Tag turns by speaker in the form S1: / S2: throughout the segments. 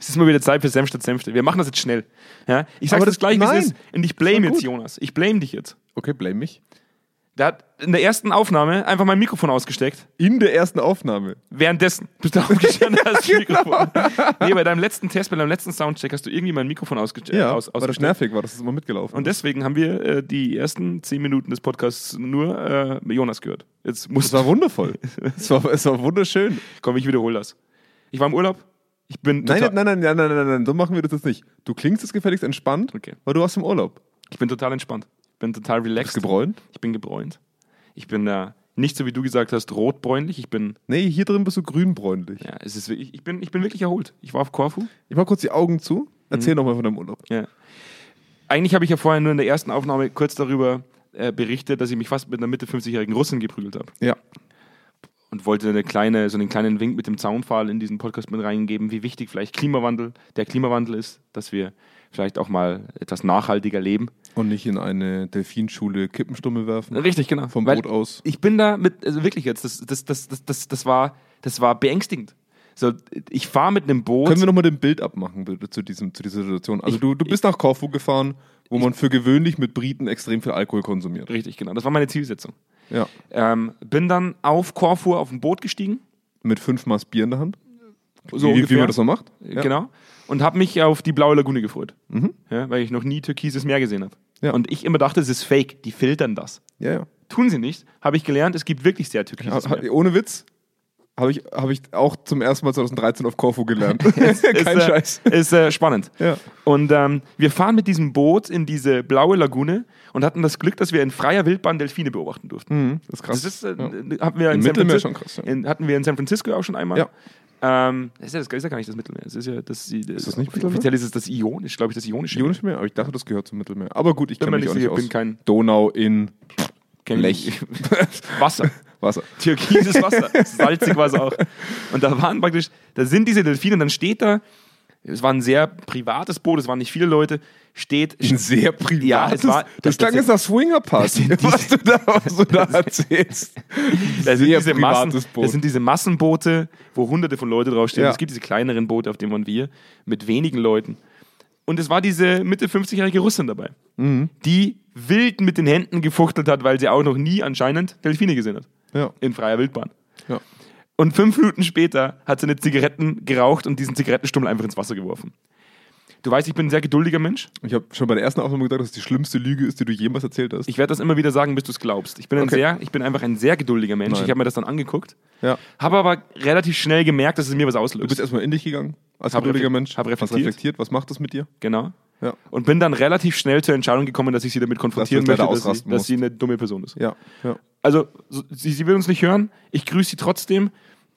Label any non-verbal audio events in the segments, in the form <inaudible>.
S1: es ist mal wieder Zeit für Senf statt Senfte. Wir machen das jetzt schnell. Ja? Ich sage
S2: Aber
S1: das,
S2: das-
S1: gleich, wie
S2: nein.
S1: es ist. Und ich blame
S2: war
S1: jetzt
S2: gut.
S1: Jonas. Ich blame dich jetzt.
S2: Okay, blame mich.
S1: Der hat in der ersten Aufnahme einfach mein Mikrofon ausgesteckt.
S2: In der ersten Aufnahme.
S1: Währenddessen bist du
S2: <laughs>
S1: aufgestanden hast
S2: Genau.
S1: das Mikrofon. Nee, bei deinem letzten Test, bei deinem letzten Soundcheck hast du irgendwie mein Mikrofon ausgeste
S2: Ja,
S1: aus
S2: war das
S1: ausgesteckt.
S2: nervig, war das ist immer mitgelaufen.
S1: Und deswegen haben wir äh, die ersten zehn Minuten des Podcasts nur äh, Jonas gehört. Jetzt muss
S2: es war wundervoll.
S1: <laughs>
S2: es, war, es war wunderschön.
S1: Komm, ich wiederhole das. Ich war im Urlaub. Ich bin
S2: Nein,
S1: total,
S2: nein, nein, nein, nein, nein, nein, nein, so machen wir das jetzt nicht. Du klingst jetzt gefälligst entspannt,
S1: Okay.
S2: weil du warst im Urlaub.
S1: Ich bin total entspannt. Ich bin total
S2: Bist
S1: relaxed.
S2: gebräunt?
S1: Ich bin gebräunt. Ich bin äh, nicht so wie du gesagt hast, rotbräunlich. Ich bin,
S2: Nee, hier drin bist du grünbräunlich.
S1: ja, es ist wirklich, ich bin, ich bin wirklich erholt. Ich war auf Korfu.
S2: Ich mach kurz die Augen zu.
S1: Mhm.
S2: Erzähl nochmal von deinem Urlaub.
S1: Ja. Eigentlich habe ich ja vorher nur in der ersten Aufnahme kurz darüber äh, berichtet, dass ich mich fast mit einer Mitte 50-jährigen Russin geprügelt habe.
S2: Ja.
S1: und wollte eine kleine, so einen kleinen Wink mit dem Zaunpfahl in diesen Podcast mit reingeben, wie wichtig vielleicht Klimawandel, der Klimawandel ist, dass wir vielleicht auch mal etwas nachhaltiger leben.
S2: Und nicht in eine Delfinschule Kippenstumme werfen.
S1: Richtig, genau.
S2: Vom
S1: Weil
S2: Boot aus.
S1: Ich bin da mit, also wirklich jetzt, das, das, das, das, das, das, war, das war beängstigend. So, ich fahre mit einem Boot.
S2: Können wir nochmal den Bild abmachen bitte, zu, diesem, zu dieser Situation? Also,
S1: Ich-
S2: du, du bist nach Korfu gefahren, wo man für gewöhnlich mit Briten extrem viel Alkohol konsumiert.
S1: Richtig, genau. Das war meine Zielsetzung.
S2: Ja.
S1: Ähm, bin dann auf Korfu auf ein Boot gestiegen.
S2: Mit fünf Maß Bier in der Hand.
S1: So
S2: wie, wie
S1: ungefähr.
S2: man das noch macht. Ja. Mhm.
S1: Genau. Und habe mich auf die blaue Lagune gefreut. Ja, weil ich noch nie türkises Meer gesehen habe.
S2: Ja.
S1: Und ich immer dachte, es ist fake. Die filtern das.
S2: Ja, ja.
S1: Tun sie nicht. Habe ich gelernt, es gibt wirklich sehr türkises
S2: Ha, ha,
S1: Meer.
S2: ohne Witz habe ich, hab ich auch zum ersten Mal 2013 auf Korfu
S1: <laughs>
S2: gelernt. <laughs>
S1: ist, äh, Ist äh, spannend.
S2: Ja.
S1: Und ähm, wir fahren mit diesem Boot in diese blaue Lagune und hatten das Glück, dass wir in freier Wildbahn Delfine beobachten durften.
S2: Mhm, das ist krass.
S1: Das ist, äh, hatten wir in San
S2: Im Mittelmeer
S1: Franzis-
S2: schon krass, ja.
S1: in, hatten wir in San Francisco auch schon einmal.
S2: Ja.
S1: Ähm, das ist, ja, das ist ja gar nicht das Mittelmeer. Das ist ja das, die-
S2: das nicht Mittelmeer?
S1: offiziell ist es das Ionisch, glaube ich, das Ionische.
S2: Ionisch Meer? Aber ich dachte, das gehört zum Mittelmeer. Aber gut, ich
S1: Bin
S2: kenne
S1: mir
S2: mich
S1: nicht
S2: auch nicht
S1: sicher,
S2: aus.
S1: bin kein-
S2: Donau in
S1: Kein
S2: Lech.
S1: <laughs>
S2: <laughs>
S1: Wasser.
S2: Wasser.
S1: türkises Wasser. Salzig war es auch. Und da waren praktisch, da sind diese Delfine und dann steht da, es war ein sehr privates Boot, es waren nicht viele Leute, steht.
S2: Ein sehr privates.
S1: Ja, es war-
S2: das klang jetzt nach Swinger-Party,
S1: Das sind
S2: <laughs> was du da, was
S1: <laughs>
S2: du da erzählst.
S1: da sind,
S2: sehr
S1: diese Massen,
S2: privates Boot.
S1: das sind diese Massenboote, wo hunderte von Leuten draufstehen.
S2: Ja.
S1: Es gibt diese kleineren Boote, auf denen waren wir, mit wenigen Leuten. Und es war diese Mitte 50-jährige Russin dabei,
S2: Mhm.
S1: die wild mit den Händen gefuchtelt hat, weil sie auch noch nie anscheinend Delfine gesehen hat.
S2: Ja,
S1: In freier Wildbahn.
S2: ja.
S1: Und fünf Minuten später hat sie eine Zigaretten geraucht und diesen Zigarettenstummel einfach ins Wasser geworfen. Du weißt, ich bin ein sehr geduldiger Mensch.
S2: Ich habe schon bei der ersten Aufnahme gesagt, dass es die schlimmste Lüge ist, die du jemals erzählt hast.
S1: Ich werde das immer wieder sagen, bis du es glaubst. Ich bin, ein
S2: Okay.
S1: sehr, ich bin einfach ein sehr geduldiger Mensch.
S2: Nein.
S1: Ich habe mir das dann angeguckt,
S2: ja.
S1: habe aber relativ schnell gemerkt, dass es mir was auslöst.
S2: Du bist erstmal in dich gegangen, als
S1: Hab
S2: geduldiger
S1: reflekt-
S2: Mensch.
S1: hab
S2: Hast
S1: reflektiert.
S2: reflektiert. Was macht das mit dir?
S1: genau.
S2: Ja.
S1: Und bin dann relativ schnell zur Entscheidung gekommen, dass ich sie damit konfrontieren
S2: Dass du
S1: möchte,
S2: jetzt leider
S1: dass sie,
S2: ausrasten
S1: dass sie eine dumme Person ist.
S2: Ja. ja.
S1: Also, so- sie, sie will uns nicht hören. Ich grüße sie trotzdem.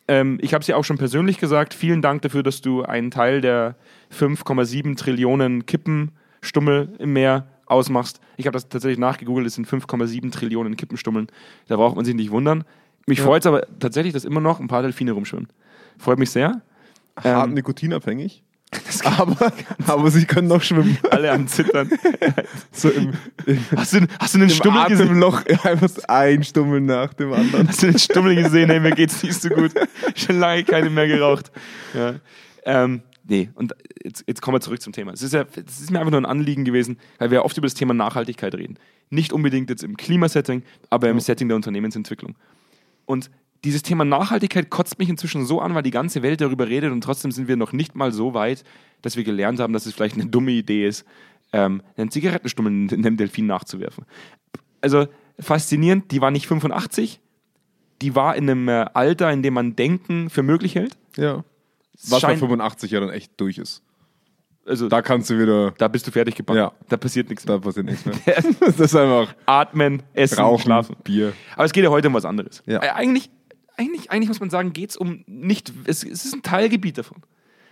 S1: Ähm, ich habe sie auch schon persönlich gesagt. Vielen Dank dafür, dass du einen Teil der 5,7 Trillionen Kippenstummel im Meer ausmachst. Ich habe das tatsächlich nachgegoogelt. Es sind 5,7 Trillionen Kippenstummeln. Da braucht man sich nicht wundern. Mich
S2: Ja.
S1: freut es aber tatsächlich, dass immer noch ein paar Delfine rumschwimmen. Freut mich sehr.
S2: Hart
S1: Ähm, <laughs>
S2: nikotinabhängig. Aber, aber sie können noch schwimmen.
S1: Alle am Zittern.
S2: So im, im,
S1: Hast du, hast du einen
S2: im
S1: Stummel gesehen?
S2: Atemloch einfach so ein Stummel nach dem
S1: <laughs>
S2: anderen.
S1: Hast du den Stummel gesehen? Hey, mir geht's nicht so gut. Schon lange keine mehr geraucht. Ja. Ähm, nee, und jetzt, jetzt kommen wir zurück zum Thema. Es ist, ja, es ist mir einfach nur ein Anliegen gewesen, weil wir ja oft über das Thema Nachhaltigkeit reden. Nicht unbedingt jetzt im Klimasetting, aber im Setting der Unternehmensentwicklung. Und dieses Thema Nachhaltigkeit kotzt mich inzwischen so an, weil die ganze Welt darüber redet und trotzdem sind wir noch nicht mal so weit, dass wir gelernt haben, dass es vielleicht eine dumme Idee ist, ähm, einen Zigarettenstummel in einem Delfin nachzuwerfen. Also faszinierend, die war nicht 85, die war in einem äh, Alter, in dem man Denken für möglich hält.
S2: Ja. Was bei
S1: Schein-
S2: 85 ja dann echt durch ist.
S1: also da,
S2: Da kannst du wieder,
S1: bist du fertig gepackt.
S2: Ja.
S1: Da passiert nichts. mehr.
S2: da passiert nichts
S1: <laughs>
S2: mehr. das ist einfach
S1: Atmen, essen,
S2: Rauchen,
S1: schlafen.
S2: Bier.
S1: Aber es geht ja heute um was anderes.
S2: Ja.
S1: Äh, eigentlich, eigentlich, eigentlich muss man sagen, geht es um nicht, es, es ist ein Teilgebiet davon.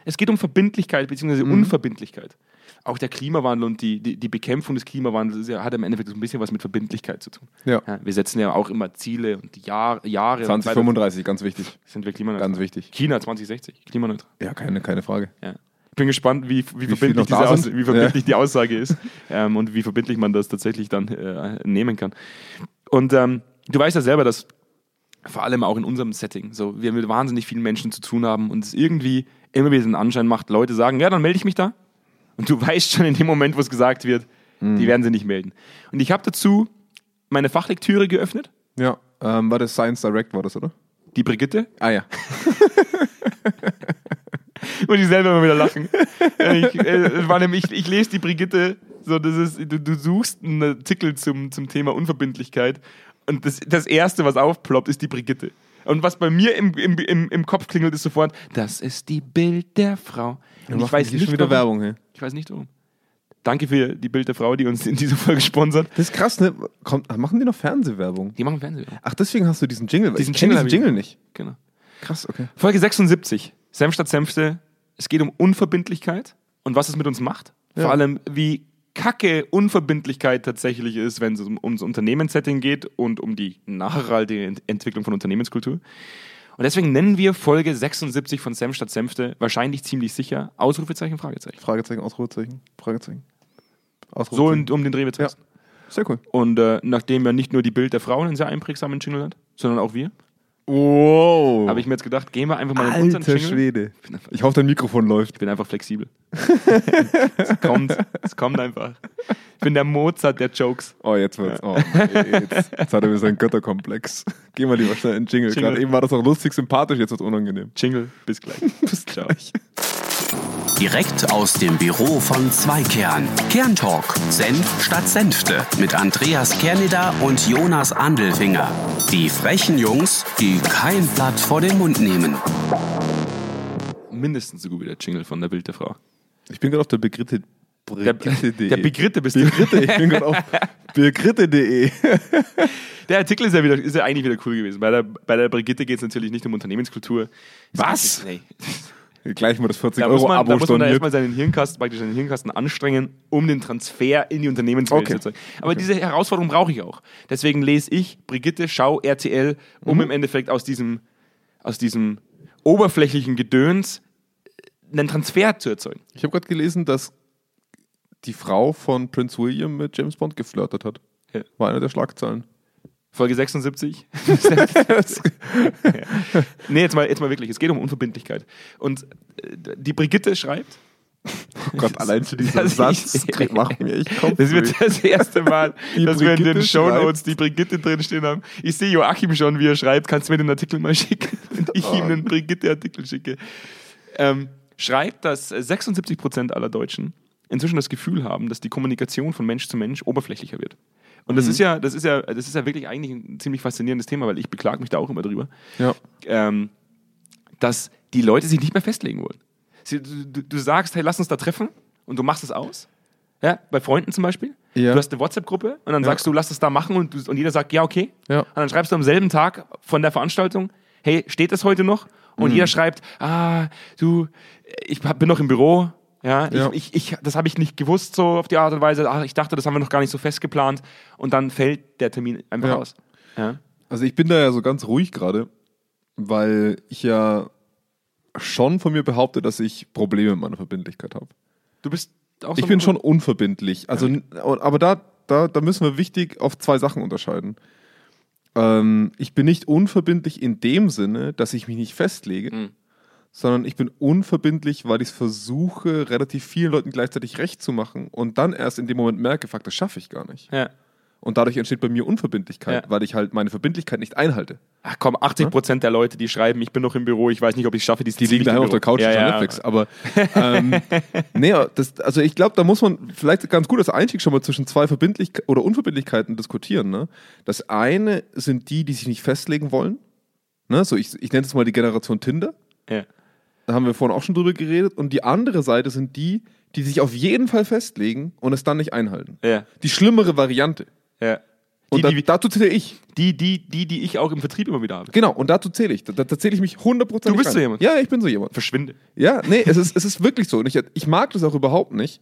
S1: Es geht um Verbindlichkeit bzw.
S2: Mhm.
S1: Unverbindlichkeit. Auch der Klimawandel und die, die, die Bekämpfung des Klimawandels ist ja, hat im Endeffekt so ein bisschen was mit Verbindlichkeit zu tun.
S2: Ja.
S1: wir setzen ja auch immer Ziele und Jahr, Jahre. und so weiter.
S2: 2035, ganz wichtig.
S1: sind wir klimaneutral.
S2: Ganz wichtig.
S1: China 2060, klimaneutral.
S2: Ja, keine, keine Frage.
S1: Ja. Ich bin gespannt, wie, wie,
S2: viel
S1: verbindlich,
S2: noch da
S1: diese Aus
S2: sind?
S1: wie verbindlich die Aussage ist <laughs> ähm, und wie verbindlich man das tatsächlich dann äh, nehmen kann. Und ähm, du weißt ja selber, dass vor allem auch in unserem Setting. So, wir mit wahnsinnig vielen Menschen zu tun haben und es irgendwie immer wieder den Anschein macht, Leute sagen, ja, dann melde ich mich da. Und du <laughs> weißt schon in dem Moment, wo es gesagt wird,
S2: Mhm.
S1: die werden sie nicht melden. Und ich habe dazu meine Fachlektüre geöffnet,
S2: Ja. Ähm, war das Science Direct, war das, oder?
S1: die Brigitte,
S2: Ah ja.
S1: Und ich selber immer wieder lachen. ich, äh, war nämlich, ich, ich lese die Brigitte, so, das ist, du, du suchst einen Artikel zum, zum Thema Unverbindlichkeit und das, das Erste, was aufploppt, ist die Brigitte. Und was bei mir im, im, im, im Kopf klingelt, ist sofort, das ist die Bild der Frau. Und ich weiß,
S2: hier
S1: nicht,
S2: schon wieder
S1: warum,
S2: Werbung. Hey.
S1: ich weiß nicht warum. Danke für die Bild der Frau, die uns in dieser Folge sponsert.
S2: Das ist krass, ne? Kommt, machen die noch Fernsehwerbung?
S1: Die machen Fernsehen.
S2: Ach, deswegen hast du diesen Jingle.
S1: Diesen
S2: kenn
S1: Jingle hab ich-
S2: nicht.
S1: Genau.
S2: Krass, okay.
S1: Folge 76. Senf statt Senfte. Es geht um Unverbindlichkeit und was es mit uns macht. Vor
S2: Ja.
S1: allem, wie kacke Unverbindlichkeit tatsächlich ist, wenn es um, ums Unternehmenssetting geht und um die nachhaltige Ent Entwicklung von Unternehmenskultur. Und deswegen nennen wir Folge 76 von Senf statt Senfte wahrscheinlich ziemlich sicher Ausrufezeichen, Fragezeichen.
S2: Fragezeichen, Ausrufezeichen, Fragezeichen.
S1: So
S2: Ausrufezeichen.
S1: in, um den Dreh wird's
S2: Ja.
S1: heißen.
S2: Sehr cool.
S1: Und äh, nachdem ja nicht nur die Bild der Frauen einen sehr einprägsamen Jingle hat, sondern auch wir,
S2: Wow.
S1: habe ich mir jetzt gedacht, gehen wir einfach mal in unseren
S2: Alter
S1: Jingle.
S2: Schwede.
S1: Ich bin einfach-
S2: Ich hoffe, dein Mikrofon läuft.
S1: Ich bin einfach flexibel. <laughs> es kommt, es kommt einfach. Ich bin der Mozart der Jokes.
S2: Oh, jetzt wird's. Oh, jetzt, jetzt hat er wieder seinen Götterkomplex. <laughs> Geh mal lieber schnell in den Jingle.
S1: Jingle.
S2: Gerade eben war das noch lustig, sympathisch, jetzt wird's unangenehm.
S1: Jingle, bis gleich.
S2: <laughs> Bis gleich.
S3: Direkt aus dem Büro von Zweikern. Kerntalk. Senf statt Senfte. Mit Andreas Kerneder und Jonas Andelfinger. Die frechen Jungs, die kein Blatt vor den Mund nehmen.
S1: Mindestens so gut wie der Jingle von der Bild der Frau.
S2: Ich bin gerade auf der Begritte.
S1: Der,
S2: Brigitte.de.
S1: der Begritte bist du.
S2: Begritte, ich bin gerade <laughs> auf Begritte.de.
S1: Der Artikel ist ja, wieder, ist ja eigentlich wieder cool gewesen. Bei der, bei der Brigitte geht es natürlich nicht um Unternehmenskultur.
S2: Was?
S1: Nee.
S2: Gleich mal das 40
S1: Da muss
S2: Euro
S1: man, da
S2: Abo
S1: muss man da
S2: storniert.
S1: erstmal seinen Hirnkasten, praktisch seinen Hirnkasten anstrengen, um den Transfer in die Unternehmenswelt
S2: Okay.
S1: zu erzeugen. Aber diese Herausforderung brauche ich auch. Deswegen lese ich Brigitte, Schau, RTL, um
S2: Mhm.
S1: im Endeffekt aus diesem, aus diesem oberflächlichen Gedöns äh, einen Transfer zu erzeugen.
S2: Ich habe gerade gelesen, dass die Frau von Prince William mit James Bond geflirtet hat.
S1: Ja.
S2: War eine der Schlagzeilen.
S1: Folge <laughs> 76. nee, jetzt mal, jetzt mal wirklich. Es geht um Unverbindlichkeit. Und äh, die Brigitte schreibt,
S2: Oh <laughs> Gott, allein für diesen
S1: Das-
S2: Satz <laughs> macht mir echt Kopf.
S1: Das
S2: <laughs>
S1: wird das erste Mal,
S2: Die
S1: dass wir in den
S2: Brigitte
S1: Shownotes die Brigitte drinstehen haben. Ich sehe Joachim schon, wie er schreibt, kannst du mir den Artikel mal schicken? <laughs> Und ich ihm den Brigitte-Artikel schicke. Ähm, schreibt, dass äh, 76% aller Deutschen inzwischen das Gefühl haben, dass die Kommunikation von Mensch zu Mensch oberflächlicher wird. Und
S2: Mhm.
S1: das ist ja, das ist ja, das ist ja wirklich eigentlich ein ziemlich faszinierendes Thema, weil ich beklage mich da auch immer drüber
S2: ja.
S1: ähm, dass die Leute sich nicht mehr festlegen wollen. Sie, du, du- du sagst, hey, lass uns da treffen und du machst es aus. Ja, bei Freunden zum Beispiel.
S2: Ja.
S1: Du hast eine WhatsApp-Gruppe und dann
S2: Ja.
S1: sagst du, lass es da machen und, du, und jeder sagt, ja, okay.
S2: Ja.
S1: Und dann schreibst du am selben Tag von der Veranstaltung, hey, steht das heute noch?
S2: Mhm.
S1: Und jeder schreibt, ah, du, ich hab, bin noch im Büro. Ja, ich,
S2: Ja.
S1: Ich, ich, das habe ich nicht gewusst so auf die Art und Weise. Ach, ich dachte, das haben wir noch gar nicht so fest geplant. Und dann fällt der Termin einfach
S2: Ja.
S1: aus. Ja.
S2: Also ich bin da ja so ganz ruhig gerade, weil ich ja schon von mir behaupte, dass ich Probleme mit meiner Verbindlichkeit habe.
S1: Du bist auch so
S2: Ich bin
S1: ein-
S2: schon unverbindlich. Also, n- aber da, da, da müssen wir wichtig auf zwei Sachen unterscheiden. Ähm, ich bin nicht unverbindlich in dem Sinne, dass ich mich nicht festlege,
S1: Mhm.
S2: sondern ich bin unverbindlich, weil ich es versuche, relativ vielen Leuten gleichzeitig recht zu machen und dann erst in dem Moment merke, fuck, das schaffe ich gar nicht.
S1: Ja.
S2: Und dadurch entsteht bei mir Unverbindlichkeit,
S1: Ja.
S2: weil ich halt meine Verbindlichkeit nicht einhalte.
S1: Ach komm, 80 Prozent der Leute, die schreiben, ich bin noch im Büro, ich weiß nicht, ob ich es schaffe,
S2: Die liegen daheim auf der Couch
S1: ja,
S2: und schauen
S1: ja,
S2: Netflix. Aber ähm,
S1: <laughs>
S2: nee, das, also ich glaube, da muss man vielleicht ganz gut als Einstieg schon mal zwischen zwei Verbindlich oder Unverbindlichkeiten diskutieren. Ne? Das eine sind die, die sich nicht festlegen wollen. Ne? So, ich, ich nenne es mal die Generation Tinder.
S1: Ja.
S2: Da haben wir vorhin auch schon drüber geredet. Und die andere Seite sind die, die sich auf jeden Fall festlegen und es dann nicht einhalten.
S1: Ja.
S2: Die schlimmere Variante.
S1: Ja.
S2: Und
S1: Die, die,
S2: da, dazu zähle ich.
S1: die, die, die, die ich auch im Vertrieb immer wieder habe.
S2: Genau, und dazu zähle ich. Da, da zähle ich mich 100%.
S1: Du bist
S2: rein.
S1: so jemand.
S2: Ja, ich bin so jemand.
S1: Verschwinde.
S2: Ja, nee, es ist, es ist wirklich so. Und ich, ich mag das auch überhaupt nicht.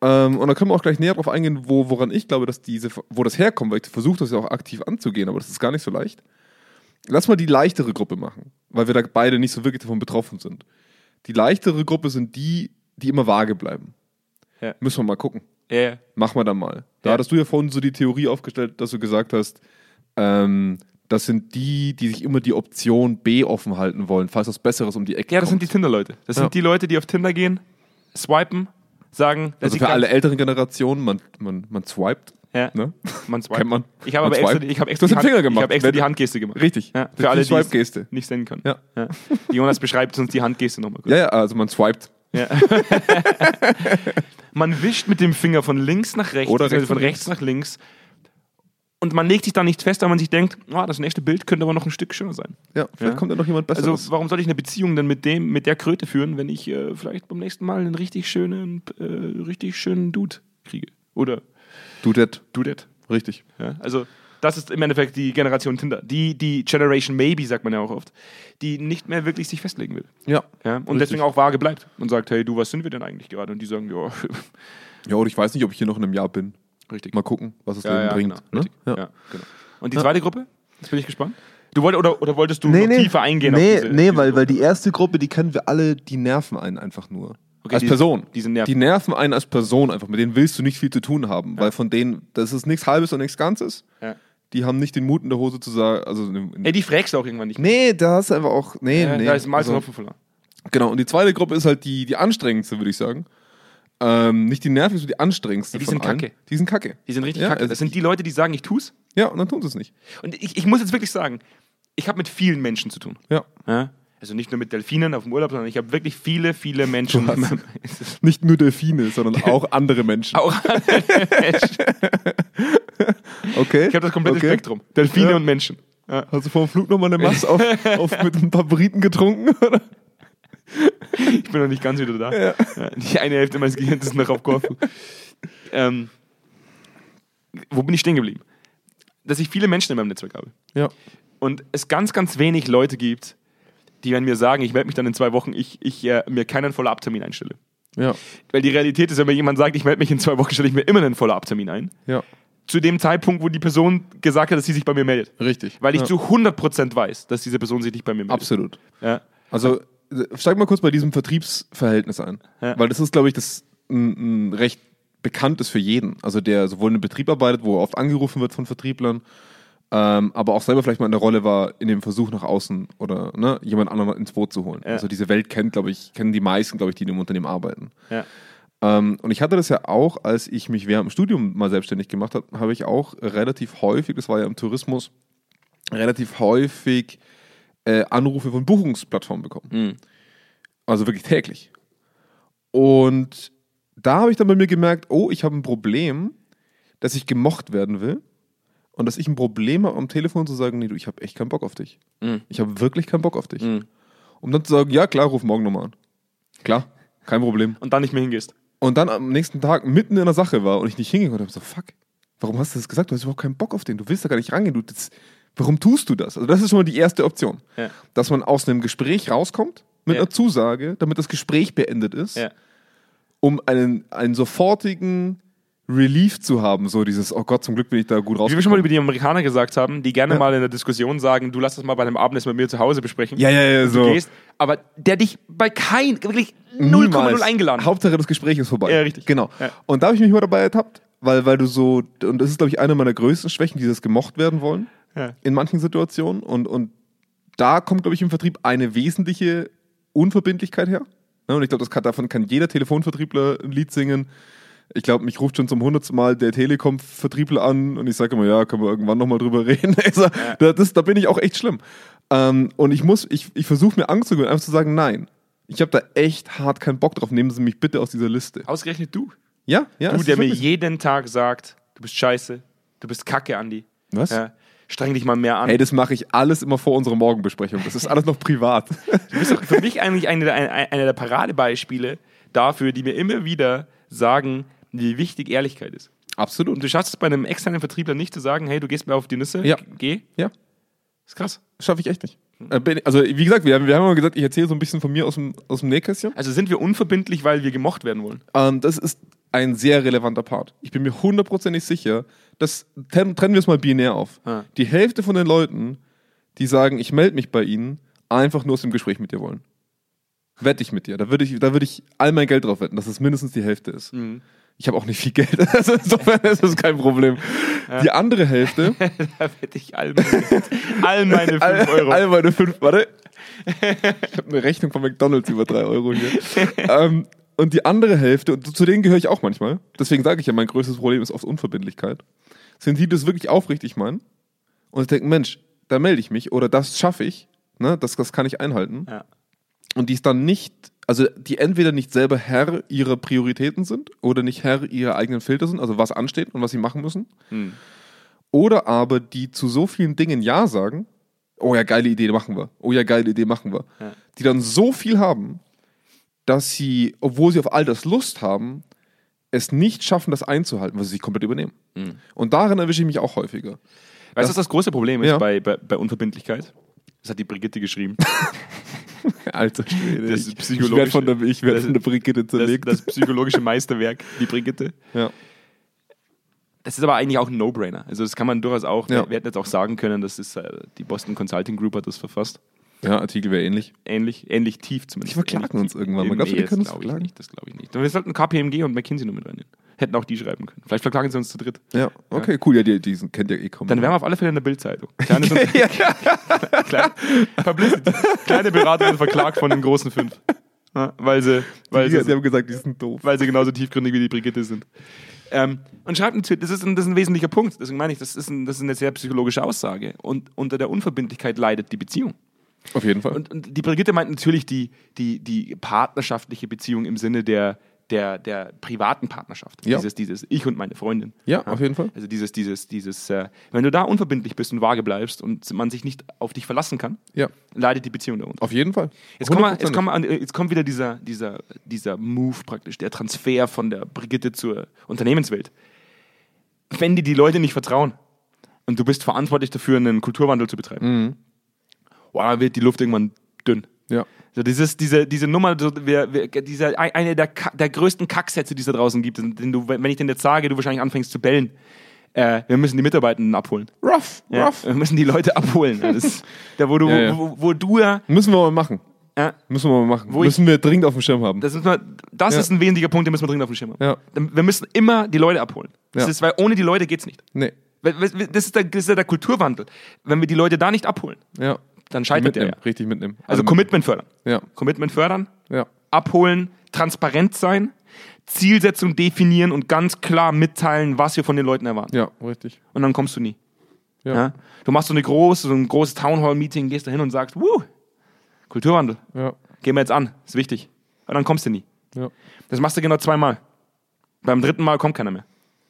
S2: Ähm, und da können wir auch gleich näher drauf eingehen, wo, woran ich glaube, dass diese, wo das herkommt, weil ich versuche das ja auch aktiv anzugehen, aber das ist gar nicht so leicht. Lass mal die leichtere Gruppe machen, weil wir da beide nicht so wirklich davon betroffen sind. Die leichtere Gruppe sind die, die immer vage bleiben.
S1: Ja.
S2: Müssen wir mal gucken.
S1: Ja.
S2: Machen wir dann mal. Da
S1: Ja.
S2: hattest du ja vorhin so die Theorie aufgestellt, dass du gesagt hast, ähm, Das sind die, die sich immer die Option B offen halten wollen, falls was Besseres um die Ecke
S1: Ja, das sind
S2: kommt.
S1: die Tinder-Leute. Das
S2: Ja.
S1: sind die Leute, die auf Tinder gehen, swipen, sagen, das
S2: also
S1: sieht
S2: für
S1: ganz-
S2: alle älteren Generationen, man, man, man swiped.
S1: Ja.
S2: Ne?
S1: Man swiped.
S2: Kennt man.
S1: Ich habe
S2: Man
S1: aber extra,
S2: swiped.
S1: ich habe
S2: Du
S1: extra,
S2: hast
S1: die
S2: den Finger
S1: Hand- ich
S2: gemacht.
S1: habe extra
S2: Wenn-
S1: die Handgeste gemacht.
S2: Richtig.
S1: Ja,
S2: Das ist
S1: für alle,
S2: die
S1: die es
S2: Swipe-Geste.
S1: nicht senden können.
S2: Ja.
S1: Die Jonas beschreibt uns die Handgeste nochmal kurz.
S2: Ja, ja, also man swiped.
S1: Man wischt mit dem Finger von links nach rechts,
S2: Oder
S1: also
S2: rechts
S1: von
S2: nach
S1: rechts nach links. Und man legt sich da nicht fest, weil man sich denkt, ah, das nächste Bild könnte aber noch ein Stück schöner sein.
S2: Ja, vielleicht
S1: Ja.
S2: kommt da noch jemand
S1: Also
S2: Besseres.
S1: warum soll ich eine Beziehung denn mit dem, mit der Kröte führen, wenn ich äh, vielleicht beim nächsten Mal einen richtig schönen, äh, richtig schönen Dude kriege? Oder
S2: du det.
S1: Dudette.
S2: Richtig.
S1: Ja, also das ist im Endeffekt die Generation Tinder. Die, die Generation Maybe, sagt man ja auch oft, die nicht mehr wirklich sich festlegen will.
S2: Ja.
S1: Ja, und
S2: Richtig.
S1: deswegen auch vage bleibt und sagt, hey, du, was sind wir denn eigentlich gerade? Und die sagen, ja,
S2: Ja, und ich weiß nicht, ob ich hier noch in einem Jahr bin.
S1: richtig.
S2: Mal gucken, was das
S1: ja,
S2: Leben
S1: ja,
S2: bringt.
S1: genau,
S2: ne?
S1: richtig. Ja, genau. Und die zweite Gruppe? Jetzt bin ich gespannt. Du wollt, oder, oder wolltest du
S2: Nee,
S1: noch
S2: nee.
S1: tiefer eingehen?
S2: nee,
S1: auf diese,
S2: nee
S1: diese
S2: weil,
S1: Gruppe?
S2: weil die erste Gruppe, die kennen wir alle, die nerven einen einfach nur.
S1: Okay,
S2: als
S1: die-
S2: Person.
S1: diese Nerven.
S2: Die nerven einen als Person einfach. Mit denen willst du nicht viel zu tun haben, weil von denen, das ist nichts Halbes und nichts Ganzes.
S1: Ja.
S2: Die haben nicht den Mut in der Hose zu sagen, also. in- in-
S1: Ey, die fragst du auch irgendwann nicht.
S2: Nee, da hast du einfach auch. Nee,
S1: Ja,
S2: nee.
S1: Da ist mal also,
S2: also,
S1: Hopfen verloren.
S2: Genau, und die zweite Gruppe ist halt die, die anstrengendste, würde ich sagen. Ähm, nicht die nervigste, sondern die anstrengendste.
S1: Ja, die
S2: von
S1: sind
S2: allen.
S1: kacke.
S2: Die sind kacke.
S1: Die sind richtig
S2: ja,
S1: kacke.
S2: also
S1: Das sind die Leute, die sagen, ich tu's.
S2: Ja, und dann tun sie es nicht.
S1: Und ich, ich muss jetzt wirklich sagen, ich habe mit vielen Menschen zu tun.
S2: Ja.
S1: Ja? Also nicht nur mit Delfinen auf dem Urlaub, sondern ich habe wirklich viele, viele Menschen.
S2: Du hast- Nicht nur Delfine, sondern auch andere Menschen.
S1: <laughs> Auch andere Menschen.
S2: Okay.
S1: Ich habe das komplette
S2: okay.
S1: Spektrum. Delfine
S2: Ja.
S1: und Menschen. Ja.
S2: Hast du vor dem Flug nochmal eine Masse <laughs> auf, auf mit ein paar Briten getrunken? Oder?
S1: Ich bin noch nicht ganz wieder da. Ja, Die eine Hälfte meines Gehirns ist noch auf Korfu. ähm, wo bin ich stehen geblieben? Dass ich viele Menschen in meinem Netzwerk habe.
S2: Ja.
S1: Und es ganz, ganz wenig Leute gibt, die wenn mir sagen, ich melde mich dann in zwei Wochen, ich, ich äh, mir keinen Follow-up-Termin einstelle.
S2: Ja.
S1: Weil die Realität ist, wenn mir jemand sagt, ich melde mich in zwei Wochen, stelle ich mir immer einen Follow-up-Termin ein.
S2: Ja.
S1: Zu dem Zeitpunkt, wo die Person gesagt hat, dass sie sich bei mir meldet.
S2: Richtig.
S1: Weil ich
S2: ja.
S1: zu 100% weiß, dass diese Person sich nicht bei mir meldet.
S2: Absolut.
S1: Ja.
S2: Also äh, steig mal kurz bei diesem Vertriebsverhältnis ein.
S1: Ja.
S2: Weil das ist, glaube ich, das ein, ein recht bekanntes für jeden. Also der sowohl in einem Betrieb arbeitet, wo er oft angerufen wird von Vertrieblern, ähm, aber auch selber vielleicht mal in der Rolle war, in dem Versuch nach außen oder ne, jemand anderen ins Boot zu holen.
S1: Ja.
S2: Also diese Welt kennt, glaube ich, kennen die meisten, glaube ich, die in dem Unternehmen arbeiten.
S1: Ja.
S2: Ähm, und ich hatte das ja auch, als ich mich während dem Studium mal selbstständig gemacht habe, habe ich auch relativ häufig, das war ja im Tourismus, relativ häufig äh, Anrufe von Buchungsplattformen bekommen. Also wirklich täglich. Und da habe ich dann bei mir gemerkt, oh, ich habe ein Problem, dass ich gemocht werden will und dass ich ein Problem habe, am Telefon zu sagen, nee, du, ich habe echt keinen Bock auf dich. Ich habe wirklich keinen Bock auf dich. Um dann zu sagen, ja klar, ruf morgen nochmal an. Klar, kein Problem
S1: Und dann nicht mehr hingehst.
S2: und dann am nächsten Tag mitten in der Sache war und ich nicht hingehen konnte, hab ich so, fuck, warum hast du das gesagt? Du hast überhaupt keinen Bock auf den, du willst da gar nicht rangehen. Du, das, warum tust du das? Also das ist schon mal die erste Option.
S1: Ja.
S2: Dass man aus einem Gespräch rauskommt mit
S1: Ja.
S2: einer Zusage, damit das Gespräch beendet ist,
S1: Ja.
S2: um einen, einen sofortigen Relief zu haben. So dieses, oh Gott, zum Glück bin ich da
S1: Wie wir schon
S2: gut
S1: mal
S2: rausgekommen.
S1: über die Amerikaner gesagt haben, die gerne
S2: Ja.
S1: mal in der Diskussion sagen, du lass das mal bei einem Abendessen mit mir zu Hause besprechen.
S2: Ja, ja, ja, so.
S1: Du gehst, aber der dich bei kein, wirklich
S2: Niemals.
S1: 0,0 eingeladen hat.
S2: Hauptsache, das Gespräch ist vorbei.
S1: Ja, richtig.
S2: Genau.
S1: Ja.
S2: Und da habe ich mich mal dabei ertappt, weil, weil du so, und das ist, glaube ich, eine meiner größten Schwächen, dieses gemocht werden wollen,
S1: Ja.
S2: in manchen Situationen. Und, und da kommt, glaube ich, im Vertrieb eine wesentliche Unverbindlichkeit her. Ne? Und ich glaube, das kann, davon kann jeder Telefonvertriebler ein Lied singen. Ich glaube, mich ruft schon zum hundertsten Mal der Telekom-Vertriebler an und ich sage immer, ja, können wir irgendwann nochmal drüber <laughs> reden. Also, da- das, da bin ich auch echt schlimm. Ähm, und ich muss, ich, ich versuche mir Angst zu geben, einfach zu sagen, nein. Ich habe da echt hart keinen Bock drauf. Nehmen Sie mich bitte aus dieser Liste.
S1: Ausgerechnet du.
S2: Ja, ja. es
S1: Du,
S2: ist
S1: der mir
S2: wirklich so.
S1: jeden Tag sagt, du bist scheiße, du bist kacke, Andi.
S2: Was?
S1: Ja, streng dich mal mehr an.
S2: Ey, das mache ich alles immer vor unserer Morgenbesprechung. Das ist alles noch
S1: <laughs>
S2: privat.
S1: Du bist doch für mich eigentlich einer eine, eine der Paradebeispiele dafür, die mir immer wieder sagen, wie wichtig Ehrlichkeit ist. Und
S2: Absolut.
S1: du schaffst es bei einem externen Vertriebler nicht zu sagen, hey, du gehst mir auf die Nüsse,
S2: Ja.
S1: geh.
S2: Ja.
S1: Ist krass.
S2: Schaffe ich echt nicht. Äh, bin- Also, wie gesagt, wir haben, wir haben immer gesagt, ich erzähle so ein bisschen von mir aus dem, aus dem Nähkästchen.
S1: Also sind wir unverbindlich, weil wir gemocht werden wollen.
S2: Ähm, das ist ein sehr relevanter Part. Ich bin mir hundertprozentig sicher, dass, tren- trennen wir es mal binär auf.
S1: Ja.
S2: Die Hälfte von den Leuten, die sagen, ich melde mich bei ihnen, einfach nur aus dem Gespräch mit dir wollen. Wette ich mit dir. Da würde ich, da würde ich all mein Geld drauf wetten, dass es mindestens die Hälfte ist. Ich habe auch nicht viel Geld. <laughs> Also insofern ist das kein Problem. Die andere Hälfte,
S1: <laughs> da wette ich all meine, all meine 5
S2: all,
S1: Euro.
S2: all meine fünf, warte. Ich habe eine Rechnung von McDonalds über drei
S1: <laughs>
S2: Euro hier. ähm, und die andere Hälfte, und zu denen gehöre ich auch manchmal, deswegen sage ich ja, mein größtes Problem ist oft Unverbindlichkeit, sind die, die das wirklich aufrichtig meinen und denken, Mensch, da melde ich mich oder das schaffe ich, ne, das, das kann ich einhalten.
S1: Ja.
S2: Und die es dann nicht, also die entweder nicht selber Herr ihrer Prioritäten sind oder nicht Herr ihrer eigenen Filter sind, also was ansteht und was sie machen müssen.
S1: Hm.
S2: Oder aber die zu so vielen Dingen Ja sagen, oh ja, geile Idee, machen wir. Oh ja, geile Idee, machen wir.
S1: Ja.
S2: Die dann so viel haben, dass sie, obwohl sie auf all das Lust haben, es nicht schaffen, das einzuhalten, weil sie sich komplett übernehmen. Und darin erwische ich mich auch häufiger.
S1: Weißt du, was das große Problem ist
S2: Ja.
S1: bei, bei, bei Unverbindlichkeit? Das hat die Brigitte
S2: <laughs>
S1: geschrieben.
S2: <laughs> Alter Schwede.
S1: Das ist
S2: ich, ich
S1: psychologisch-
S2: werde von der, ich werd
S1: das-
S2: von der Brigitte
S1: Das,
S2: zerlegt.
S1: das psychologische Meisterwerk, die Brigitte.
S2: ja.
S1: Das ist aber eigentlich auch ein No-Brainer. Also das kann man durchaus auch,
S2: Ja.
S1: wir, wir hätten jetzt auch sagen können, das ist, äh, die Boston Consulting Group hat das verfasst.
S2: ja, Artikel wäre ähnlich.
S1: Ähnlich, ähnlich tief zumindest.
S2: Die verklagen
S1: Ähnlich
S2: uns
S1: tief. Äh,
S2: irgendwann mal.
S1: Nee,
S2: Glaubst du, die
S1: das
S2: können uns
S1: glaub
S2: verklagen?
S1: Ich nicht, das glaube ich nicht. Und wir sollten KPMG und McKinsey nur mit reinnehmen. Hätten auch die schreiben können. Vielleicht verklagen sie uns zu dritt.
S2: Ja, okay, cool. Ja, die, die sind- kennt ja eh kaum.
S1: Dann wären wir auf alle Fälle in der Bildzeitung.
S2: <laughs>
S1: Kleine, kleine, Publicity. kleine Beratung und Verklag von den großen fünf. Ja, weil sie, weil
S2: die,
S1: sie,
S2: die haben gesagt, die sind doof.
S1: weil sie genauso tiefgründig wie die Brigitte sind. Ähm, und schreibt natürlich, das ist, ein, das ist ein wesentlicher Punkt, deswegen meine ich, das ist, ein, das ist eine sehr psychologische Aussage. Und unter der Unverbindlichkeit leidet die Beziehung.
S2: Auf jeden Fall.
S1: Und, und die Brigitte meint natürlich die, die, die partnerschaftliche Beziehung im Sinne der, der, der privaten Partnerschaft.
S2: Ja.
S1: Dieses, dieses Ich und meine Freundin.
S2: Ja, auf jeden Fall.
S1: Also dieses, dieses, dieses, äh, wenn du da unverbindlich bist und vage bleibst und man sich nicht auf dich verlassen kann,
S2: ja,
S1: leidet die Beziehung darunter.
S2: auf jeden Fall.
S1: Jetzt, kommen wir,
S2: 100%.
S1: jetzt, kommen wir an, jetzt kommt wieder dieser, dieser, dieser Move praktisch, der Transfer von der Brigitte zur Unternehmenswelt. Wenn dir die Leute nicht vertrauen und du bist verantwortlich dafür, einen Kulturwandel zu betreiben,
S2: Mhm.
S1: boah, dann wird die Luft irgendwann dünn.
S2: Ja.
S1: So dieses, diese, diese Nummer, so, wir, wir, dieser, ein- eine der, Ka- der größten Kacksätze, die es da draußen gibt, den du, wenn ich den jetzt sage, du wahrscheinlich anfängst zu bellen. Äh, wir müssen die Mitarbeitenden abholen.
S2: Rough,
S1: Ja,
S2: rough.
S1: Wir müssen die Leute abholen. Ja, Das, da, wo du,
S2: Ja, ja.
S1: Wo, wo du ja,
S2: Müssen wir mal machen.
S1: ja
S2: Müssen wir mal machen.
S1: Wo ich-
S2: müssen wir dringend auf dem Schirm haben.
S1: Das, ist, mal, das
S2: Ja.
S1: ist ein wesentlicher Punkt, den müssen wir dringend auf dem Schirm haben.
S2: Ja.
S1: Dann- Wir müssen immer die Leute abholen. Das
S2: Ja.
S1: ist, weil ohne die Leute geht's nicht.
S2: nee.
S1: Weil- weil- Das ist, der, das ist ja der Kulturwandel. Wenn wir die Leute da nicht abholen,
S2: Ja.
S1: dann scheitert der.
S2: mitnehmen,
S1: Ja.
S2: richtig mitnehmen. Ähm,
S1: Also Commitment fördern.
S2: Ja.
S1: Commitment fördern,
S2: Ja.
S1: abholen, transparent sein, Zielsetzung definieren und ganz klar mitteilen, was wir von den Leuten erwarten.
S2: Ja, richtig.
S1: Und dann kommst du nie.
S2: Ja.
S1: Ja? Du machst so, eine große, so ein großes Townhall-Meeting, gehst da hin und sagst, Wuh, Kulturwandel,
S2: Ja.
S1: gehen wir jetzt an, ist wichtig. Und dann kommst du nie.
S2: Ja.
S1: Das machst du genau zweimal. Beim dritten Mal kommt keiner mehr.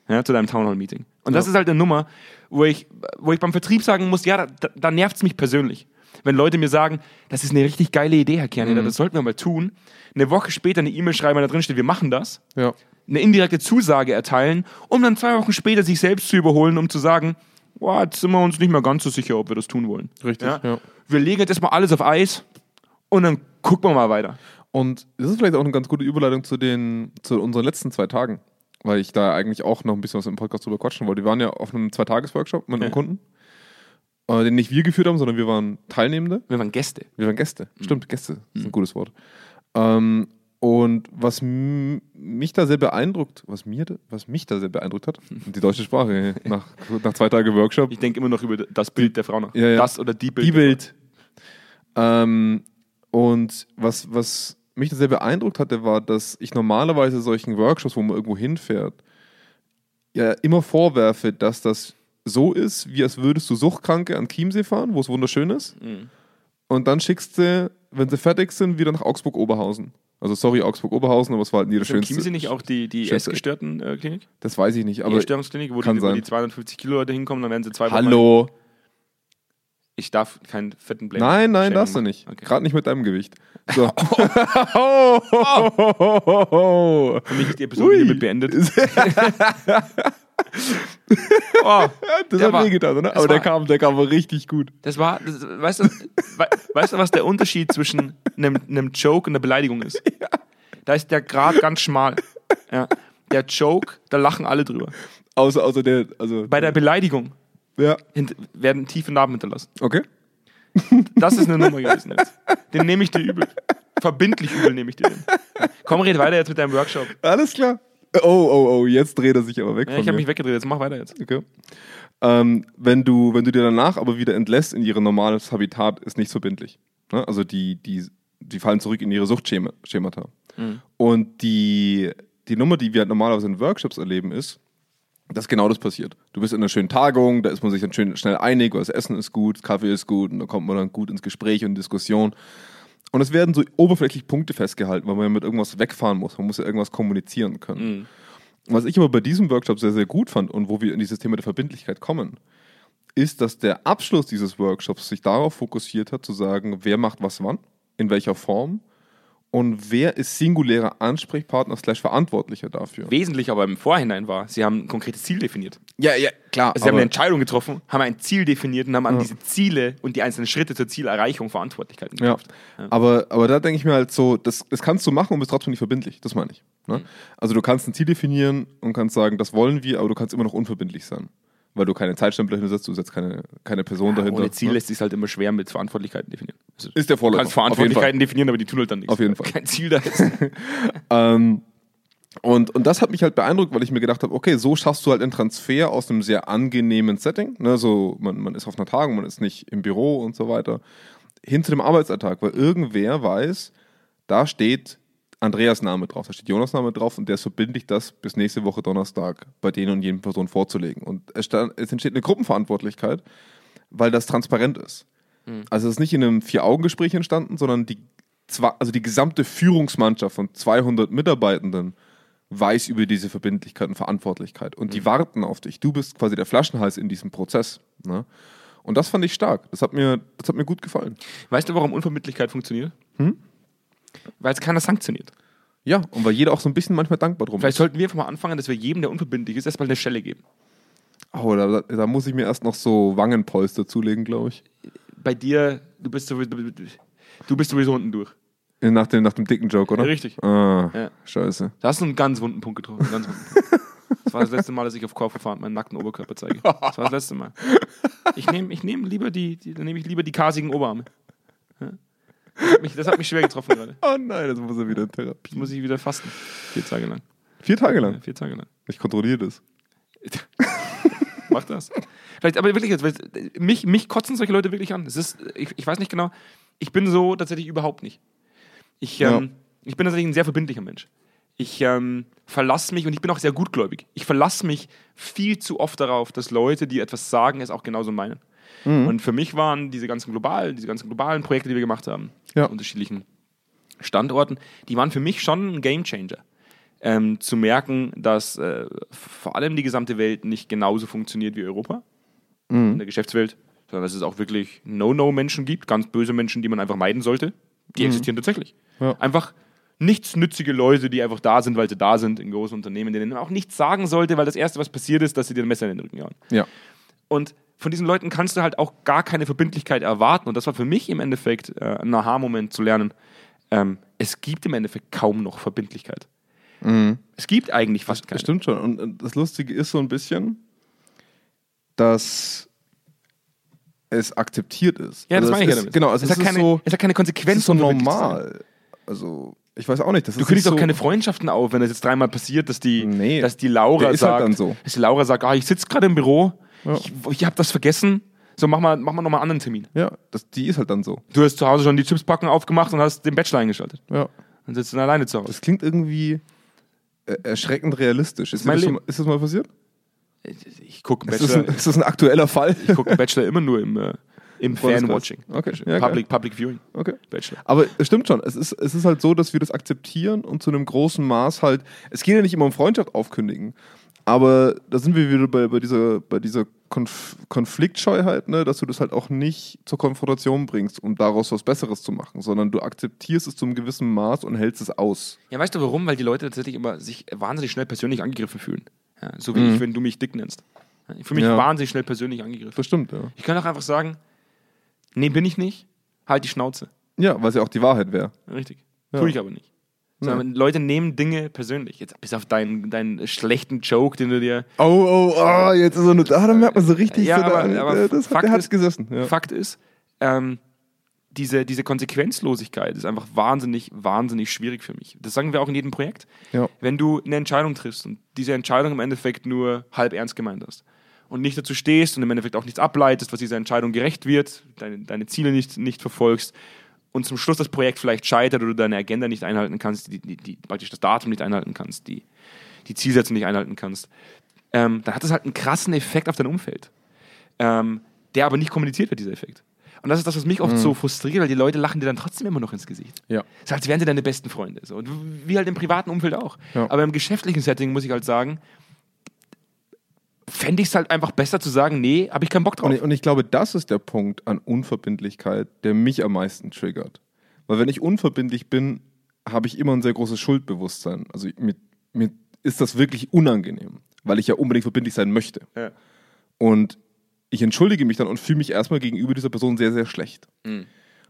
S1: Ja, zu deinem Townhall-Meeting. Und das ist halt eine Nummer, wo ich, wo ich beim Vertrieb sagen muss, ja, da, da, da nervt es mich persönlich. Wenn Leute mir sagen, das ist eine richtig geile Idee, Herr
S2: Mhm.
S1: Kerneder, das sollten wir mal tun. Eine Woche später eine E-Mail schreiben, da drin steht, wir machen das.
S2: Ja.
S1: Eine indirekte Zusage erteilen, um dann zwei Wochen später sich selbst zu überholen, um zu sagen, boah, jetzt sind wir uns nicht mehr ganz so sicher, ob wir das tun wollen.
S2: Richtig, ja.
S1: Wir legen jetzt erstmal alles auf Eis und dann gucken wir mal weiter.
S2: Und das ist vielleicht auch eine ganz gute Überleitung zu, den, zu unseren letzten zwei Tagen, weil ich da eigentlich auch noch ein bisschen was im Podcast drüber quatschen wollte. Wir waren ja auf einem Zweitages-Workshop mit
S1: Ja.
S2: einem Kunden, äh, den nicht wir geführt haben, sondern wir waren Teilnehmende.
S1: Wir waren Gäste.
S2: Wir waren Gäste. Stimmt, Gäste ist ein gutes Wort. Ähm, und was m- mich da sehr beeindruckt, was, mir, da- was mich da sehr beeindruckt hat, die deutsche Sprache nach, nach zwei Tagen Workshop,
S1: Ich denke immer noch über das Bild der Frau nach.
S2: Ja, ja.
S1: Das oder die Bild.
S2: die Bild. Ähm, und was, was mich da sehr beeindruckt hatte, war, dass ich normalerweise solchen Workshops, wo man irgendwo hinfährt, ja immer vorwerfe, dass das so ist, wie als würdest du Suchtkranke an Chiemsee fahren, wo es wunderschön ist.
S1: Mhm.
S2: Und dann schickst du, wenn sie fertig sind, wieder nach Augsburg-Oberhausen. Also sorry, Augsburg-Oberhausen, aber es war halt nie das
S1: Im
S2: Schönste.
S1: Also Chiemsee nicht auch die, die
S2: schönste-
S1: essgestörten äh, Klinik?
S2: Das weiß ich nicht,
S1: Die
S2: aber
S1: Essstörungsklinik, wo,
S2: kann
S1: die, wo
S2: sein.
S1: die 250 Kilo Leute hinkommen, dann werden sie zwei Wochen-
S2: hallo.
S1: Ich darf keinen fetten Blame.
S2: Nein, nein,
S1: Shaming
S2: darfst du
S1: machen.
S2: nicht.
S1: Okay.
S2: Gerade nicht mit deinem Gewicht.
S1: <laughs>
S2: So. oh, oh, oh, oh, oh.
S1: Für mich ist die Episode hiermit beendet. oh,
S2: <laughs> Das
S1: Der
S2: hat
S1: war-
S2: wehgetan, oder?
S1: das
S2: Aber der
S1: war-
S2: kam, der kam richtig gut.
S1: das war. Das, weißt, du, we, weißt du, was der Unterschied zwischen einem, einem Joke und einer Beleidigung ist? Da ist der Grad ganz schmal. Ja. Der Joke, da lachen alle drüber.
S2: Außer, außer der, also.
S1: Bei der Beleidigung
S2: ja.
S1: hint- werden tiefe Narben hinterlassen.
S2: Okay.
S1: Das ist eine Nummer gewesen jetzt. Den nehme ich dir übel. Verbindlich übel nehme ich dir den. Komm, red weiter jetzt mit deinem Workshop.
S2: Alles klar. Oh, oh, oh, jetzt dreht er sich aber weg
S1: Ja,
S2: von
S1: ich habe
S2: mir.
S1: mich weggedreht, jetzt mach weiter jetzt.
S2: Okay. Ähm, wenn, du, wenn du dir danach aber wieder entlässt in ihr normales Habitat, ist nichts verbindlich. Ne? Also die, die, die fallen zurück in ihre Suchtschemata.
S1: Mhm.
S2: Und die, die Nummer, die wir halt normalerweise in Workshops erleben, ist, dass genau das passiert. Du bist in einer schönen Tagung, da ist man sich dann schön schnell einig, weil das Essen ist gut, das Kaffee ist gut und da kommt man dann gut ins Gespräch und Diskussion. Und es werden so oberflächlich Punkte festgehalten, weil man ja mit irgendwas wegfahren muss. Man muss ja irgendwas kommunizieren können. Was ich aber bei diesem Workshop sehr, sehr gut fand und wo wir in dieses Thema der Verbindlichkeit kommen, ist, dass der Abschluss dieses Workshops sich darauf fokussiert hat, zu sagen, wer macht was wann, in welcher Form und wer ist singulärer Ansprechpartner slash Verantwortlicher dafür.
S1: Wesentlich aber im Vorhinein war, sie haben ein konkretes Ziel definiert.
S2: Ja, ja, klar.
S1: Also sie haben eine
S2: aber,
S1: Entscheidung getroffen, haben ein Ziel definiert und haben an diese Ziele und die einzelnen Schritte zur Zielerreichung Verantwortlichkeiten
S2: ja.
S1: geknüpft.
S2: Aber, aber da denke ich mir halt so, das, das kannst du machen und bist trotzdem nicht verbindlich. Das meine ich. Ne?
S1: Mhm.
S2: Also du kannst ein Ziel definieren und kannst sagen, das wollen wir, aber du kannst immer noch unverbindlich sein. Weil du keine Zeitstempel dahinter setzt, du setzt keine, keine Person dahinter.
S1: Ohne Ziel
S2: ne?
S1: lässt sich halt immer schwer mit Verantwortlichkeiten definieren. Also,
S2: Ist der
S1: du
S2: Vorläufer.
S1: kannst Verantwortlichkeiten definieren, aber die tun halt dann nichts.
S2: Auf jeden Fall.
S1: Kein Ziel da ist. <laughs>
S2: Und, und das hat mich halt beeindruckt, weil ich mir gedacht habe, okay, so schaffst du halt einen Transfer aus einem sehr angenehmen Setting, ne, so man, man ist auf einer Tagung, man ist nicht im Büro und so weiter, hin zu dem Arbeitsalltag, weil irgendwer weiß, da steht Andreas Name drauf, da steht Jonas Name drauf und der ist verbindlich, das bis nächste Woche Donnerstag bei denen und jeden Person vorzulegen. Und es, sta- es entsteht eine Gruppenverantwortlichkeit, weil das transparent ist. Also es ist nicht in einem Vier-Augen-Gespräch entstanden, sondern die, zwa- also die gesamte Führungsmannschaft von 200 Mitarbeitenden weiß über diese Verbindlichkeit und Verantwortlichkeit. Und die warten auf dich. Du bist quasi der Flaschenhals in diesem Prozess. Ne? Und das fand ich stark. Das hat mir, das hat mir gut gefallen.
S1: Weißt du, warum Unvermittlichkeit funktioniert? Weil es keiner sanktioniert.
S2: Ja, und weil jeder auch so ein bisschen manchmal dankbar drum
S1: Vielleicht sollten wir einfach mal anfangen, dass wir jedem, der unverbindlich ist, erstmal eine Stelle geben.
S2: ist. Oh, da, da muss ich mir erst noch so Wangenpolster zulegen, glaube ich.
S1: Bei dir, du bist sowieso, du bist sowieso unten durch.
S2: Äh, Nach dem, nach dem dicken Joke, oder?
S1: Richtig.
S2: Ah,
S1: Ja.
S2: scheiße.
S1: Da hast du einen ganz wunden Punkt getroffen. einen Ganz wunden Punkt. Das war das letzte Mal, dass ich auf Kaufverfahren meinen nackten Oberkörper zeige. Das war das letzte Mal. Ich nehme ich nehm lieber die, die, dann nehme ich lieber die kasigen Oberarme. Ja. Das hat mich, das hat mich schwer getroffen gerade.
S2: Oh nein, das muss er wieder in Therapie.
S1: Jetzt muss ich wieder fasten. Vier Tage lang.
S2: Vier Tage
S1: Ja,
S2: lang.
S1: vier Tage lang.
S2: Ich kontrolliere das.
S1: <laughs> Mach das. Vielleicht, aber wirklich jetzt, weil es- mich, mich kotzen solche Leute wirklich an. Es ist, ich, ich weiß nicht genau, ich bin so tatsächlich überhaupt nicht. Ich, ähm,
S2: Ja.
S1: ich bin tatsächlich ein sehr verbindlicher Mensch. Ich ähm, verlasse mich und ich bin auch sehr gutgläubig. Ich verlasse mich viel zu oft darauf, dass Leute, die etwas sagen, es auch genauso meinen.
S2: Mhm.
S1: Und für mich waren diese ganzen globalen, diese ganzen globalen Projekte, die wir gemacht haben,
S2: Ja.
S1: an unterschiedlichen Standorten, die waren für mich schon ein Gamechanger ähm, zu merken, dass äh, vor allem die gesamte Welt nicht genauso funktioniert wie Europa
S2: Mhm.
S1: in der Geschäftswelt, sondern dass es auch wirklich No-No-Menschen gibt, ganz böse Menschen, die man einfach meiden sollte. Die existieren tatsächlich.
S2: Mhm. Ja.
S1: Einfach nichtsnützige Leute, die einfach da sind, weil sie da sind in großen Unternehmen, denen man auch nichts sagen sollte, weil das Erste, was passiert ist, dass sie dir ein Messer in den Rücken jagen.
S2: Ja.
S1: Und von diesen Leuten kannst du halt auch gar keine Verbindlichkeit erwarten. Und das war für mich im Endeffekt äh, ein Aha-Moment zu lernen. Ähm, es gibt im Endeffekt kaum noch Verbindlichkeit. Es gibt eigentlich fast keine.
S2: Das Mhm. stimmt schon. Und und das Lustige ist so ein bisschen, dass es akzeptiert ist.
S1: Ja, das
S2: also
S1: meine ich ja
S2: es
S1: damit.
S2: ist, Genau, also
S1: es,
S2: es,
S1: hat
S2: ist
S1: keine,
S2: so,
S1: es hat keine
S2: es
S1: Konsequenzen.
S2: ist so
S1: unverbindlich zu sein.
S2: normal. Also, ich weiß auch nicht. Das
S1: Du kündigst auch keine Freundschaften auf, wenn das jetzt dreimal passiert, dass die,
S2: Nee.
S1: dass die Laura
S2: Der ist halt
S1: sagt,
S2: dann so.
S1: dass die Laura sagt, ah, ich sitze gerade im Büro,
S2: Ja.
S1: ich, ich habe das vergessen, so mach mal, mach mal nochmal einen anderen Termin.
S2: Ja, das, die ist halt dann so.
S1: Du hast zu Hause schon die Chipspacken aufgemacht und hast den Bachelor eingeschaltet.
S2: Ja.
S1: Dann sitzt du dann alleine zu Hause.
S2: Das klingt irgendwie äh, erschreckend realistisch. Ist, dir
S1: mein
S2: das, schon,
S1: Leben.
S2: mal- ist das mal passiert?
S1: Ich gucke
S2: Ist das, ein,
S1: Bachelor,
S2: ist das ein aktueller Fall?
S1: ich guck Bachelor immer nur im, äh, im
S2: Freundeskreis.
S1: Fan-Watching.
S2: Okay, ja,
S1: Public, Public Viewing.
S2: Okay.
S1: Bachelor.
S2: Aber es stimmt schon, es ist, es ist halt so, dass wir das akzeptieren und zu einem großen Maß halt, es geht ja nicht immer um Freundschaft aufkündigen, aber da sind wir wieder bei, bei dieser, bei dieser Konf Konfliktscheuheit, ne, dass du das halt auch nicht zur Konfrontation bringst, um daraus was Besseres zu machen, sondern du akzeptierst es zu einem gewissen Maß und hältst es aus.
S1: Ja, weißt du warum? Weil die Leute tatsächlich immer sich wahnsinnig schnell persönlich angegriffen fühlen. Ja, so wie ich, wenn du mich dick nennst. Ich fühle mich
S2: Ja.
S1: wahnsinnig schnell persönlich angegriffen.
S2: Das stimmt, ja.
S1: Ich kann auch einfach sagen, nee, bin ich nicht, halt die Schnauze.
S2: Ja, weil es ja auch die Wahrheit wäre.
S1: Richtig.
S2: Ja.
S1: Tue ich aber nicht. Sondern Leute nehmen Dinge persönlich. Jetzt bis auf deinen, deinen schlechten Joke, den du dir.
S2: Oh, oh, oh, jetzt ist er nur da, da merkt man so richtig,
S1: Ja,
S2: so
S1: aber-
S2: da,
S1: aber
S2: äh, das,
S1: Fakt
S2: der hat's
S1: ist-
S2: gesessen. Ja.
S1: Fakt ist, ähm, diese, diese Konsequenzlosigkeit ist einfach wahnsinnig, wahnsinnig schwierig für mich. Das sagen wir auch in jedem Projekt.
S2: Ja.
S1: Wenn du eine Entscheidung triffst und diese Entscheidung im Endeffekt nur halb ernst gemeint hast und nicht dazu stehst und im Endeffekt auch nichts ableitest, was dieser Entscheidung gerecht wird, deine, deine Ziele nicht, nicht verfolgst und zum Schluss das Projekt vielleicht scheitert oder du deine Agenda nicht einhalten kannst, die, die, die, praktisch das Datum nicht einhalten kannst, die, die Zielsetzung nicht einhalten kannst, ähm, dann hat das halt einen krassen Effekt auf dein Umfeld ähm, der aber nicht kommuniziert wird, dieser Effekt. Und das ist das, was mich oft so frustriert, weil die Leute lachen dir dann trotzdem immer noch ins Gesicht.
S2: Mhm. Ja.
S1: So, als wären sie deine besten Freunde. So. Und wie halt im privaten Umfeld auch.
S2: Ja.
S1: Aber im geschäftlichen Setting muss ich halt sagen, fände ich es halt einfach besser zu sagen, nee, habe ich keinen Bock drauf.
S2: Und ich, und ich glaube, das ist der Punkt an Unverbindlichkeit, der mich am meisten triggert. Weil wenn ich unverbindlich bin, habe ich immer ein sehr großes Schuldbewusstsein. Also mir, mir ist das wirklich unangenehm, weil ich ja unbedingt verbindlich sein möchte.
S1: Ja.
S2: Und ich entschuldige mich dann und fühle mich erstmal gegenüber dieser Person sehr, sehr schlecht.
S1: Mhm.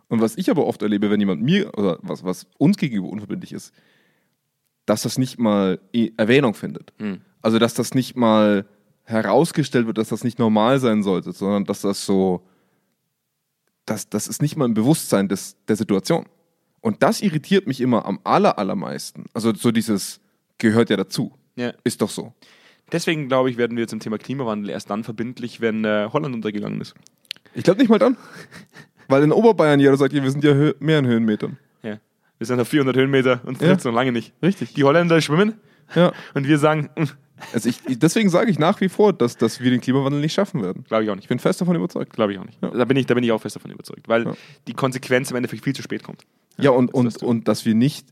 S2: Und was ich aber oft erlebe, wenn jemand mir oder was, was uns gegenüber unverbindlich ist, dass das nicht mal eh Erwähnung findet.
S1: Mhm.
S2: Also, dass das nicht mal herausgestellt wird, dass das nicht normal sein sollte, sondern dass das so, das, das ist nicht mal im Bewusstsein des, der Situation. Und das irritiert mich immer am aller, allermeisten. Also, so dieses gehört ja dazu.
S1: Ja.
S2: Ist doch so.
S1: Deswegen, glaube ich, werden wir zum Thema Klimawandel erst dann verbindlich, wenn äh, Holland untergegangen ist.
S2: Ich glaube nicht mal dann. Weil in Oberbayern jeder sagt, wir sind ja hö- mehr in Höhenmetern.
S1: Ja. Wir sind auf 400 Höhenmeter und sind
S2: Ja.
S1: jetzt noch lange nicht.
S2: Richtig.
S1: Die Holländer schwimmen
S2: Ja.
S1: und wir sagen, "Hm,
S2: Also ich, ich- deswegen sage ich nach wie vor, dass, dass wir den Klimawandel nicht schaffen werden.
S1: glaube ich auch nicht.
S2: Ich bin fest davon überzeugt.
S1: Glaube ich auch nicht. Da, bin ich, da bin ich auch fest davon überzeugt, weil
S2: Ja.
S1: die Konsequenz im Endeffekt viel zu spät kommt.
S2: Ja, und,
S1: das
S2: und,
S1: hast du.
S2: und dass wir nicht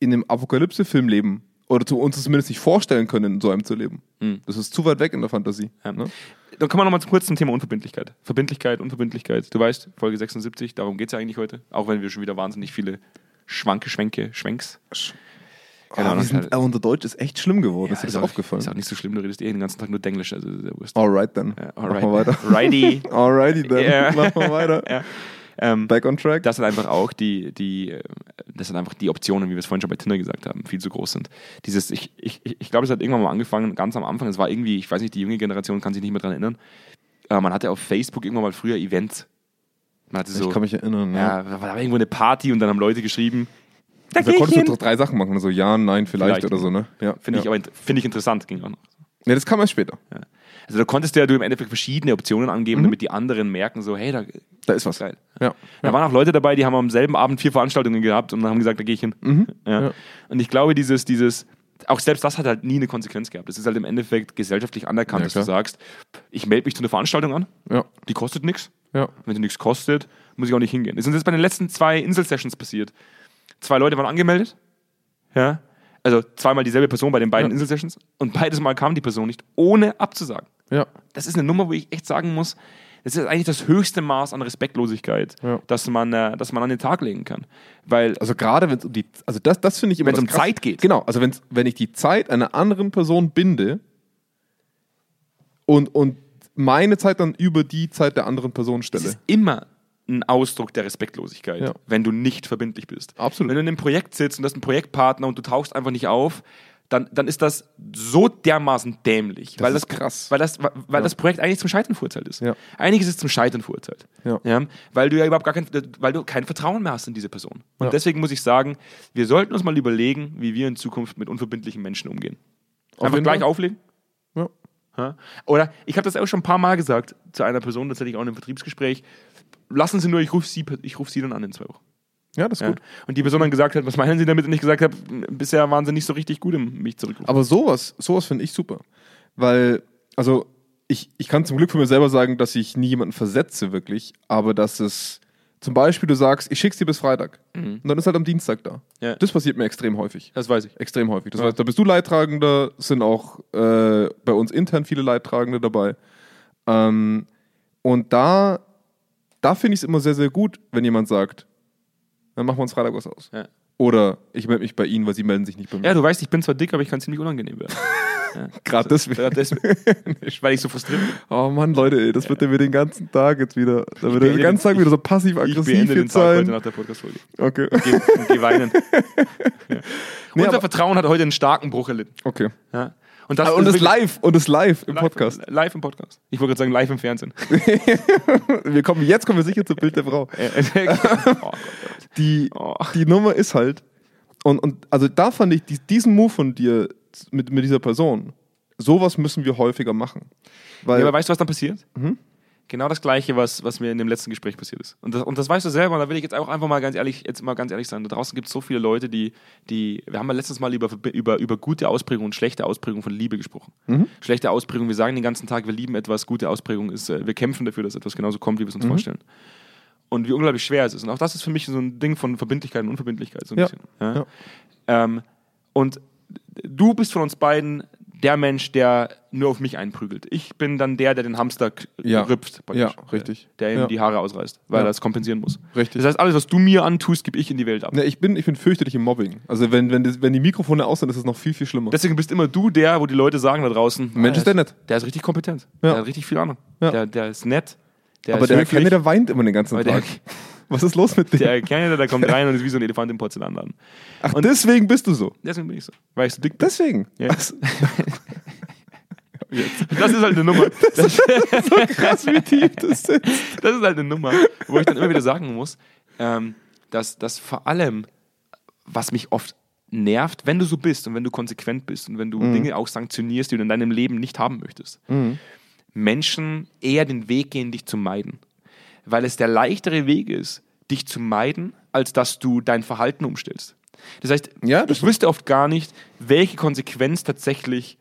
S2: in einem Apokalypse-Film leben. Oder zu uns zumindest nicht vorstellen können, in so einem zu leben. Das ist zu weit weg in der Fantasie.
S1: Hm. Ja.
S2: Ne?
S1: Dann kommen wir nochmal kurz zum Thema Unverbindlichkeit. Verbindlichkeit, Unverbindlichkeit. Du weißt, Folge 76, darum geht es ja eigentlich heute. Auch wenn wir schon wieder wahnsinnig viele Schwanke, Schwenke, Schwenks. Keine
S2: Ah,
S1: Ahnung,
S2: wir sind,
S1: halt-
S2: aber unser Deutsch ist echt schlimm geworden.
S1: Ja,
S2: ist dir das
S1: auch-
S2: aufgefallen?
S1: Ist auch nicht so schlimm, du redest eh den ganzen Tag nur Denglisch, also sehr wurscht.
S2: Alright dann.
S1: Ja,
S2: Mach mal
S1: <laughs>
S2: weiter. <laughs>
S1: Righty.
S2: Alrighty dann.
S1: Ja.
S2: Mach mal weiter.
S1: ja. ähm,
S2: Back on track.
S1: das sind einfach auch die, die, äh, das sind einfach die Optionen, wie wir es vorhin schon bei Tinder gesagt haben, viel zu groß sind. Dieses, ich, ich, ich ich glaube, es hat irgendwann mal angefangen, ganz am Anfang, es war irgendwie, ich weiß nicht, die junge Generation kann sich nicht mehr daran erinnern, äh, man hatte auf Facebook irgendwann mal früher Events. Man hatte so,
S2: Ich kann mich erinnern.
S1: ja, da war irgendwo eine Party und dann haben Leute geschrieben, Also da
S2: Da
S1: geh ich
S2: konntest du
S1: hin.
S2: doch drei Sachen machen. So ja, nein, vielleicht,
S1: Vielleicht.
S2: oder so. Ne? Ja.
S1: Finde ich,
S2: ja.
S1: aber int- finde ich interessant, ging auch noch.
S2: Ja, das kam erst später.
S1: Also da konntest du ja du im Endeffekt verschiedene Optionen angeben, damit die anderen merken, so, hey, da,
S2: Mhm. Da ist was.
S1: Geil.
S2: Ja.
S1: Da waren auch Leute dabei, die haben am selben Abend vier Veranstaltungen gehabt und haben gesagt, da gehe ich hin. Ja.
S2: Mhm. Ja.
S1: Und ich glaube, dieses, dieses, auch selbst das hat halt nie eine Konsequenz gehabt. Es ist halt im Endeffekt gesellschaftlich anerkannt,
S2: Ja,
S1: dass du
S2: klar.
S1: sagst, ich melde mich zu einer Veranstaltung an,
S2: Ja.
S1: die kostet nichts.
S2: Ja.
S1: Wenn die nichts kostet, muss ich auch nicht hingehen. Das ist uns jetzt bei den letzten zwei Insel-Sessions passiert. Zwei Leute waren angemeldet, ja, also zweimal dieselbe Person bei den beiden
S2: Ja.
S1: Insel-Sessions und beides Mal kam die Person nicht, ohne abzusagen
S2: Ja.
S1: das ist eine Nummer, wo ich echt sagen muss, das ist eigentlich das höchste Maß an Respektlosigkeit,
S2: Ja.
S1: dass, man, äh, dass man an den Tag legen kann. Weil,
S2: Also gerade wenn es um die, also das, das finde ich immer
S1: Wenn's
S2: das
S1: um
S2: Krasse.
S1: Zeit geht.
S2: Genau, also wenn's, wenn ich die Zeit einer anderen Person binde und, und meine Zeit dann über die Zeit der anderen Person
S1: es ist
S2: stelle.
S1: immer ein Ausdruck der Respektlosigkeit,
S2: Ja.
S1: wenn du nicht verbindlich bist.
S2: Absolut.
S1: Wenn du in einem Projekt sitzt und du hast einen Projektpartner und du tauchst einfach nicht auf, dann, dann ist das so dermaßen dämlich. weil das
S2: ist krass.
S1: Weil, das, weil das Projekt eigentlich zum Scheitern verurteilt ist.
S2: Ja.
S1: Einiges ist zum Scheitern verurteilt.
S2: Ja.
S1: weil du ja überhaupt gar kein, weil du kein Vertrauen mehr hast in diese Person. Und
S2: Ja.
S1: deswegen muss ich sagen, wir sollten uns mal überlegen, wie wir in Zukunft mit unverbindlichen Menschen umgehen. Einfach
S2: jeden
S1: gleich
S2: Fall.
S1: auflegen.
S2: Ja.
S1: Ja. Ne? Oder ich habe das auch schon ein paar Mal gesagt zu einer Person, das hatte ich auch in einem Vertriebsgespräch. Lassen Sie nur, ich rufe Sie, ich ruf Sie dann an in zwei Wochen.
S2: ja, das ist
S1: Ja.
S2: gut.
S1: Und die Person dann gesagt hat, was meinen Sie damit? Und ich gesagt habe, bisher waren Sie nicht so richtig gut im mich zurückrufen.
S2: Aber sowas, sowas finde ich super. Weil, also ich, ich kann zum Glück von mir selber sagen, dass ich nie jemanden versetze wirklich, aber dass es zum Beispiel du sagst, ich schick's dir bis Freitag und dann ist halt am Dienstag da.
S1: Mhm. Ja.
S2: Das passiert mir extrem häufig.
S1: Das weiß ich.
S2: Extrem häufig. Das heißt, da bist du Leidtragender, es sind auch äh, bei uns intern viele Leidtragende dabei. Ähm, und da, da finde ich es immer sehr, sehr gut, wenn jemand sagt, dann machen wir uns Freitag was aus.
S1: Ja.
S2: Oder ich melde mich bei Ihnen, weil Sie melden sich nicht bei mir.
S1: Ja, du weißt, ich bin zwar dick, aber ich kann ziemlich unangenehm
S2: <laughs>
S1: werden.
S2: Gerade deswegen.
S1: Gerade deswegen. <laughs> Weil ich so frustriert bin.
S2: Oh Mann, Leute, ey, das wird ja mir den ganzen Tag jetzt wieder, da wird er
S1: beende
S2: den ganzen Tag
S1: den-
S2: wieder so passiv-aggressiv jetzt sein.
S1: nach der Podcast-Folge.
S2: Okay.
S1: Geh,
S2: <laughs>
S1: geh weinen. ja.
S2: Nee,
S1: Unser
S2: aber-
S1: Vertrauen hat heute einen starken Bruch erlitten.
S2: okay. Ah,
S1: Ja. Und das,
S2: Und
S1: ist
S2: das
S1: wirklich-
S2: live, und das live im Podcast.
S1: Live im Podcast. Ich wollte gerade sagen, live im
S2: <laughs>
S1: Fernsehen. <laughs>
S2: Wir kommen, jetzt kommen wir sicher zu Bild der Frau.
S1: oh Gott.
S2: Die,
S1: Oh.
S2: die Nummer ist halt, und, und also da fand ich dies- diesen Move von dir mit, mit dieser Person, sowas müssen wir häufiger machen. Weil, Mhm.
S1: Ja, aber weißt du, was dann passiert? Genau das Gleiche, was, was mir in dem letzten Gespräch passiert ist. Und das, und das weißt du selber, und da will ich jetzt auch einfach mal ganz ehrlich, jetzt mal ganz ehrlich sein. Da draußen gibt es so viele Leute, die, die, wir haben ja letztes Mal über, über, über gute Ausprägung und schlechte Ausprägung von Liebe gesprochen.
S2: Mhm.
S1: Schlechte Ausprägung, wir sagen den ganzen Tag, wir lieben etwas, gute Ausprägung ist, äh, wir kämpfen dafür, dass etwas genauso kommt, wie wir
S2: Mhm.
S1: es uns vorstellen. Und wie unglaublich schwer es ist. Und auch das ist für mich so ein Ding von Verbindlichkeit und Unverbindlichkeit, so ein
S2: Ja.
S1: bisschen. Ja?
S2: Ja.
S1: Ähm, und du bist von uns beiden der Mensch, der nur auf mich einprügelt. Ich bin dann der, der den Hamster k-
S2: Ja.
S1: rüpft. praktisch.
S2: Ja, richtig.
S1: Der ihm
S2: Ja.
S1: die Haare ausreißt, weil
S2: Ja.
S1: er es kompensieren muss.
S2: Richtig.
S1: Das heißt, alles, was du mir antust, gebe ich in die Welt ab.
S2: Ne, ich, bin, ich bin fürchterlich im Mobbing. Also wenn, wenn, das, wenn die Mikrofone aus sind, ist es noch viel, viel schlimmer.
S1: Deswegen bist immer du der, wo die Leute sagen da draußen:
S2: Mensch,
S1: "Ah,
S2: ist der nett."
S1: Der ist richtig kompetent.
S2: Ja.
S1: Der hat richtig viel Ahnung.
S2: Ja.
S1: Der, der ist nett. Der
S2: aber
S1: ist
S2: der
S1: höflich.
S2: Kenner, der weint immer den ganzen
S1: Aber der- <laughs>
S2: Tag. Was ist los mit dir?
S1: Der Kanada, der
S2: <laughs>
S1: kommt rein und ist wie so ein Elefant im Porzellanladen.
S2: Ach, deswegen bist du so.
S1: Deswegen bin ich so. Weil ich so
S2: <laughs>
S1: dick bin.
S2: Deswegen.
S1: Ja.
S2: Also,
S1: Das ist halt eine Nummer. Das,
S2: krass, wie tief das sitzt.
S1: das ist halt eine Nummer, wo ich dann immer wieder sagen muss, ähm, dass, dass vor allem, was mich oft nervt, wenn du so bist und wenn du konsequent bist und wenn du Dinge auch sanktionierst, die du in deinem Leben nicht haben möchtest, Menschen eher den Weg gehen, dich zu meiden. Weil es der leichtere Weg ist, dich zu meiden, als dass du dein Verhalten umstellst. Das heißt,
S2: Ja, das
S1: ich wüsste oft gar nicht, welche Konsequenz tatsächlich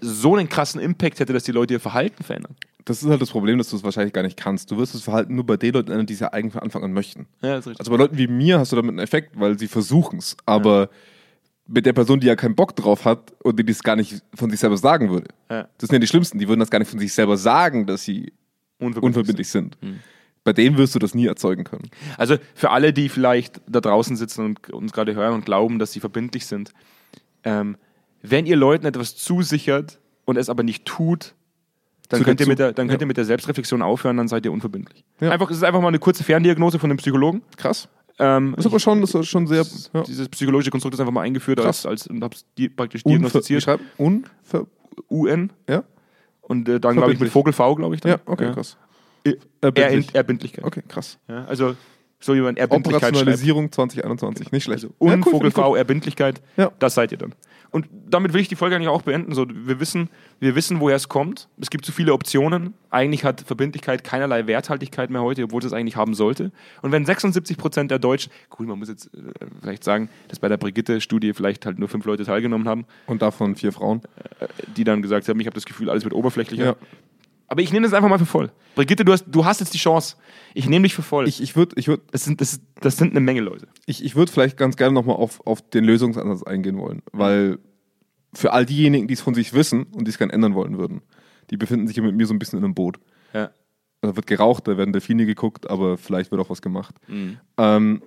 S1: so einen krassen Impact hätte, dass die Leute ihr Verhalten verändern.
S2: Das ist halt das Problem, dass du es wahrscheinlich gar nicht kannst. Du wirst das Verhalten nur bei den Leuten ändern, die es ja eigentlich von Anfang an möchten.
S1: Ja, das ist richtig.
S2: Also bei Leuten wie mir hast du damit einen Effekt, weil sie versuchen es. Aber mit der Person, die ja keinen Bock drauf hat und die das gar nicht von sich selber sagen würde.
S1: Ja.
S2: Das sind ja die Schlimmsten, die würden das gar nicht von sich selber sagen, dass sie unverbindlich sind. Hm. Bei denen wirst du das nie erzeugen können.
S1: Also für alle, die vielleicht da draußen sitzen und uns gerade hören und glauben, dass sie verbindlich sind, ähm, wenn ihr Leuten etwas zusichert und es aber nicht tut, dann,
S2: Zu
S1: könnt ihr,
S2: dazu-
S1: mit der, dann könnt
S2: ja.
S1: ihr mit der Selbstreflexion aufhören, dann seid ihr unverbindlich.
S2: Ja.
S1: Einfach, es ist einfach mal eine kurze Ferndiagnose von einem Psychologen.
S2: Krass.
S1: Ähm,
S2: Das ist aber schon, das ist schon sehr
S1: ich,
S2: ja.
S1: Dieses psychologische Konstrukt ist einfach mal eingeführt
S2: Krass.
S1: als, als, und hab's die, praktisch
S2: unver, wie
S1: diagnostiziert.
S2: schreibt- unver,
S1: UN.
S2: ja?
S1: Und äh, dann, glaube ich, mit
S2: Verbindlich.
S1: Vogel V, glaube ich. Dann.
S2: ja, Äh, okay, krass.
S1: Erbindlich.
S2: Erbindlich.
S1: Erbindlichkeit.
S2: Okay, krass.
S1: Ja, also so jemand Erbindlichkeit schreibt.
S2: Operationalisierung 2021, nicht schlecht.
S1: und
S2: Ja, cool,
S1: Vogel
S2: finde ich
S1: V, Erbindlichkeit,
S2: Ja.
S1: das seid ihr dann. Und damit will ich die Folge eigentlich auch beenden. So, wir, wissen, wir wissen, woher es kommt. Es gibt zu viele Optionen. Eigentlich hat Verbindlichkeit keinerlei Werthaltigkeit mehr heute, obwohl es es eigentlich haben sollte. Und wenn 76% der Deutschen, gut, man muss jetzt äh, vielleicht sagen, dass bei der Brigitte-Studie vielleicht halt nur fünf Leute teilgenommen haben,
S2: cool. Und davon vier Frauen.
S1: die dann gesagt haben, ich habe das Gefühl, alles wird oberflächlicher.
S2: Ja.
S1: Aber ich nehme das einfach mal für voll. Brigitte, du hast, du hast jetzt die Chance. Ich nehme dich für voll.
S2: Ich, ich würde ich würd,
S1: das, sind, das, das sind eine Menge Leute.
S2: ich, ich würd vielleicht ganz gerne nochmal auf, auf den Lösungsansatz eingehen wollen, weil für all diejenigen, die es von sich wissen und die es gerne ändern wollen würden, die befinden sich ja mit mir so ein bisschen in einem Boot.
S1: Ja.
S2: Da wird geraucht, da werden Delfine geguckt, aber vielleicht wird auch was gemacht. Ähm,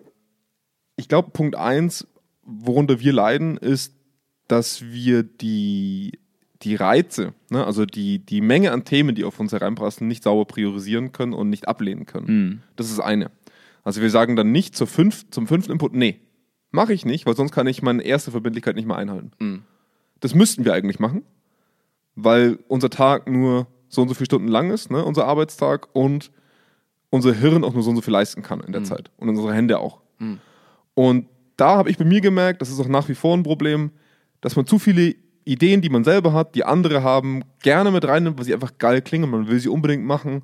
S2: ich glaube, Punkt eins, worunter wir leiden, ist, dass wir die, die Reize, ne, also die, die Menge an Themen, die auf uns hereinpassen, nicht sauber priorisieren können und nicht ablehnen können. Das ist eine. Also wir sagen dann nicht zur fünf, zum fünften Input, nee, mache ich nicht, weil sonst kann ich meine erste Verbindlichkeit nicht mehr einhalten. Das müssten wir eigentlich machen, weil unser Tag nur so und so viele Stunden lang ist, ne, unser Arbeitstag und unser Hirn auch nur so und so viel leisten kann in der Zeit und unsere Hände auch. Und da habe ich bei mir gemerkt, das ist auch nach wie vor ein Problem, dass man zu viele Ideen, die man selber hat, die andere haben, gerne mit reinnimmt, weil sie einfach geil klingen, man will sie unbedingt machen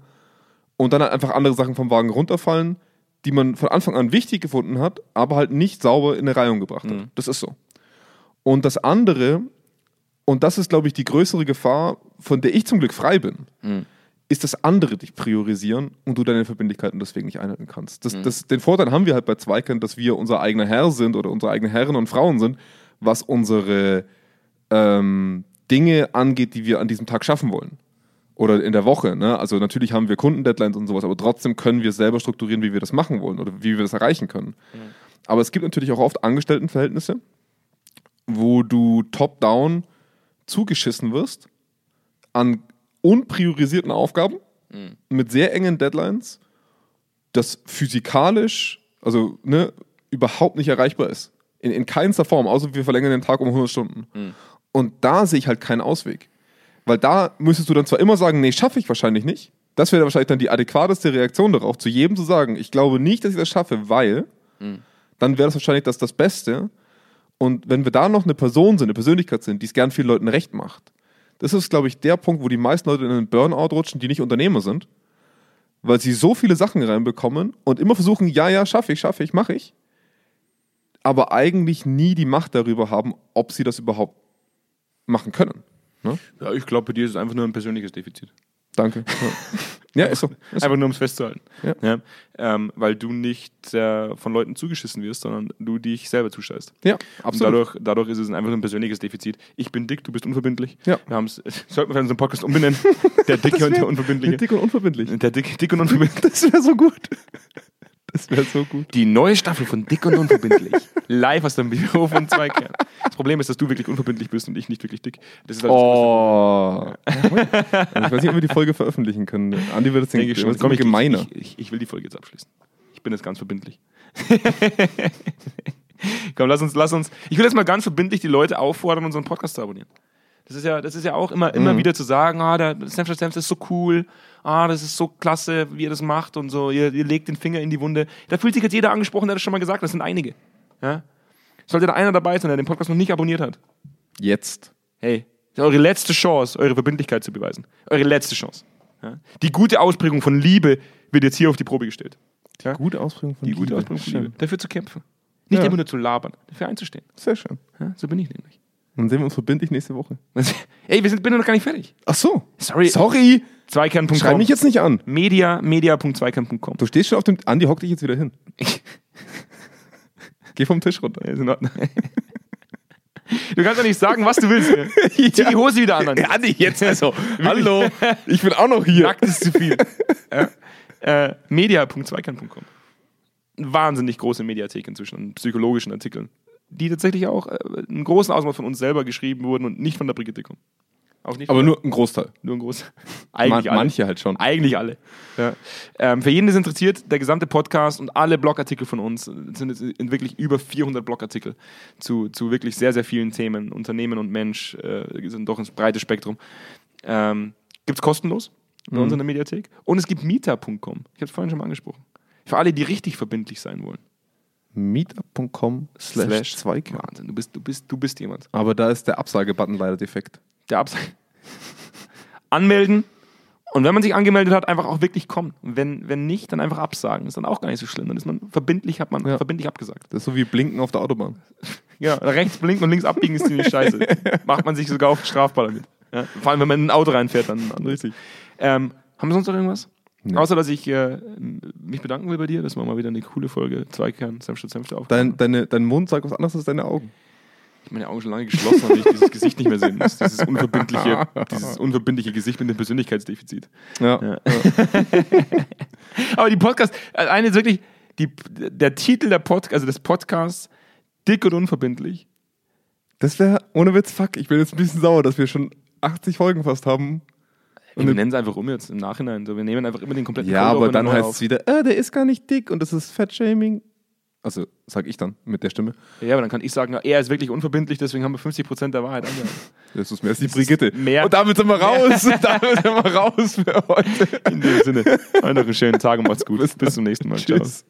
S2: und dann halt einfach andere Sachen vom Wagen runterfallen, die man von Anfang an wichtig gefunden hat, aber halt nicht sauber in eine Reihung gebracht hat. Das ist so. Und das andere, und das ist, glaube ich, die größere Gefahr, von der ich zum Glück frei bin, ist, dass andere dich priorisieren und du deine Verbindlichkeiten deswegen nicht einhalten kannst. Das, das, den Vorteil haben wir halt bei Zweikern, dass wir unser eigener Herr sind oder unsere eigenen Herren und Frauen sind, was unsere ähm, Dinge angeht, die wir an diesem Tag schaffen wollen. Oder in der Woche. Ne? Also natürlich haben wir Kundendeadlines und sowas, aber trotzdem können wir selber strukturieren, wie wir das machen wollen oder wie wir das erreichen können. Aber es gibt natürlich auch oft Angestelltenverhältnisse, wo du top-down zugeschissen wirst an unpriorisierten Aufgaben mit sehr engen Deadlines, das physikalisch, also ne, überhaupt nicht erreichbar ist. In, in keinster Form, außer wir verlängern den Tag um 100 Stunden. Und da sehe ich halt keinen Ausweg. Weil da müsstest du dann zwar immer sagen, nee, schaffe ich wahrscheinlich nicht. Das wäre wahrscheinlich dann die adäquateste Reaktion darauf, zu jedem zu sagen, ich glaube nicht, dass ich das schaffe, weil dann wäre das wahrscheinlich das, das Beste. Und wenn wir da noch eine Person sind, eine Persönlichkeit sind, die es gern vielen Leuten recht macht, das ist, glaube ich, der Punkt, wo die meisten Leute in einen Burnout rutschen, die nicht Unternehmer sind, weil sie so viele Sachen reinbekommen und immer versuchen, ja, ja, schaffe ich, schaffe ich, mache ich, aber eigentlich nie die Macht darüber haben, ob sie das überhaupt machen können. Ne?
S1: Ja, ich glaube, bei dir ist es einfach nur ein persönliches Defizit. <laughs>
S2: Danke. Ja, ja ist so. Ist so.
S1: Einfach nur, um es festzuhalten.
S2: Ja.
S1: Ähm, weil du nicht äh, von Leuten zugeschissen wirst, sondern du dich selber zuscheißt.
S2: Ja,
S1: Und
S2: absolut.
S1: dadurch, dadurch ist es einfach ein persönliches Defizit. Ich bin dick, du bist unverbindlich.
S2: Ja.
S1: Wir haben's, <laughs> sollten wir vielleicht unseren Podcast
S2: <laughs>
S1: umbenennen. Der Dicke und der Unverbindliche.
S2: Dick und
S1: <laughs>
S2: unverbindlich.
S1: Der Dick, Dick und Unverbindlich.
S2: Das wäre so gut. Das wäre so gut.
S1: Die neue Staffel von Dick und
S2: <laughs>
S1: Unverbindlich. Live aus dem Büro von Zweikern. Das Problem ist, dass du wirklich unverbindlich bist und ich nicht wirklich dick. Das ist halt das
S2: Oh. Also Ich weiß nicht, ob wir die Folge veröffentlichen können. Andi wird es
S1: Denke
S2: denken,
S1: ich schon.
S2: das ist
S1: ich,
S2: gemeiner.
S1: ich, ich, ich will die Folge jetzt abschließen. Ich bin jetzt ganz verbindlich. <laughs> Komm, lass uns, lass uns. Ich will jetzt mal ganz verbindlich die Leute auffordern, unseren Podcast zu abonnieren. Das ist ja, das ist ja auch immer, immer wieder zu sagen, ah, der Senf Senf ist so cool, ah, das ist so klasse, wie ihr das macht und so, ihr, ihr legt den Finger in die Wunde. Da fühlt sich jetzt jeder angesprochen, der das schon mal gesagt hat, das sind einige. Ja? Sollte da einer dabei sein, der den Podcast noch nicht abonniert hat.
S2: Jetzt.
S1: Hey, das ist eure letzte Chance, eure Verbindlichkeit zu beweisen. Eure letzte Chance. Ja? Die gute Ausprägung von Liebe wird jetzt hier auf die Probe gestellt. Ja?
S2: Gute Ausbringung von
S1: Die gute
S2: Liebe.
S1: Ausprägung von
S2: Schön.
S1: Liebe. Dafür zu kämpfen. Nicht
S2: Ja.
S1: immer nur zu labern, dafür einzustehen.
S2: Sehr schön.
S1: Ja? So bin ich nämlich.
S2: Dann sehen wir uns verbindlich nächste Woche.
S1: Ey, wir sind, bin noch gar nicht fertig.
S2: Ach so.
S1: Sorry.
S2: Sorry.
S1: Zweikern.com.
S2: Schreib mich jetzt nicht an.
S1: Media, media.zweikern.com.
S2: Du stehst schon auf dem. Andi, hock dich jetzt wieder hin. Geh vom Tisch runter.
S1: Ist in Ordnung. <laughs> Du kannst doch nicht sagen, was du willst. ne?
S2: <laughs>
S1: Zieh die Hose wieder an.
S2: Ja, Andi, jetzt also. Hallo. Ich bin auch noch hier.
S1: Nackt ist zu
S2: <laughs>
S1: viel. äh, äh, Media.zweikern.com. Eine Wahnsinnig große Mediathek inzwischen an psychologischen Artikeln, die tatsächlich auch äh, in großen Ausmaß von uns selber geschrieben wurden und nicht von der Brigitte kommen. Auch nicht
S2: Aber nur ein Großteil.
S1: nur ein großer. <laughs>
S2: Man,
S1: Eigentlich alle.
S2: manche halt schon.
S1: Eigentlich alle. Ja. Ähm, für jeden, der es interessiert, der gesamte Podcast und alle Blogartikel von uns es sind jetzt in wirklich über 400 Blogartikel zu, zu wirklich sehr, sehr vielen Themen. Unternehmen und Mensch äh, sind doch ein breites Spektrum. Ähm, gibt es kostenlos bei uns in der Mediathek. Und es gibt Mieter.com. Ich habe es vorhin schon mal angesprochen. Für alle, die richtig verbindlich sein wollen.
S2: Meetup.com slash Zweikern.
S1: Wahnsinn, du bist, du, bist, du bist jemand.
S2: Aber da ist der Absage-Button leider defekt.
S1: der Absage. <laughs> Anmelden. Und wenn man sich angemeldet hat, einfach auch wirklich kommen. Und wenn, wenn nicht, dann einfach absagen. Ist dann auch gar nicht so schlimm. Dann ist man verbindlich, hat man
S2: Ja.
S1: verbindlich abgesagt.
S2: Das ist so wie Blinken auf der Autobahn.
S1: Ja, rechts blinken und links abbiegen ist ziemlich scheiße. Macht man sich sogar auf strafbar damit. Ja, vor allem, wenn man in ein Auto reinfährt, dann dann richtig. Ähm, haben wir sonst noch irgendwas? Außer, dass ich äh, mich bedanken will bei dir, dass wir mal wieder eine coole Folge Zweikern, Senfstadt, Senfte auf.
S2: Dein, deine, dein Mund sagt was anderes als deine Augen.
S1: Ich meine Augen schon lange geschlossen, damit ich dieses Gesicht nicht mehr sehen muss. Dieses unverbindliche, dieses unverbindliche Gesicht mit dem Persönlichkeitsdefizit.
S2: Ja.
S1: <laughs> Aber die Podcast, also eine ist wirklich, die, der Titel der Pod, also des Podcasts, dick und unverbindlich.
S2: Das wäre, ohne Witz, fuck, ich bin jetzt ein bisschen sauer, dass wir schon 80 Folgen fast haben.
S1: wir nennen es einfach um jetzt im Nachhinein. So, wir nehmen einfach immer den kompletten
S2: Ja,
S1: Code
S2: aber
S1: auf
S2: dann
S1: und
S2: heißt
S1: neu
S2: es wieder, äh, der ist gar nicht dick und das ist Fettshaming. Also, sag ich dann mit der Stimme.
S1: auf. Ja, aber dann kann ich sagen, er ist wirklich unverbindlich, deswegen haben wir 50% der Wahrheit. angehalten. <laughs>
S2: Das ist mehr als die Brigitte.
S1: mehr-
S2: Und damit sind wir raus.
S1: <laughs>
S2: damit sind wir raus für heute.
S1: In dem Sinne, euch noch einen schönen Tag und macht's gut. Bis zum nächsten Mal. Ciao.
S2: Tschüss.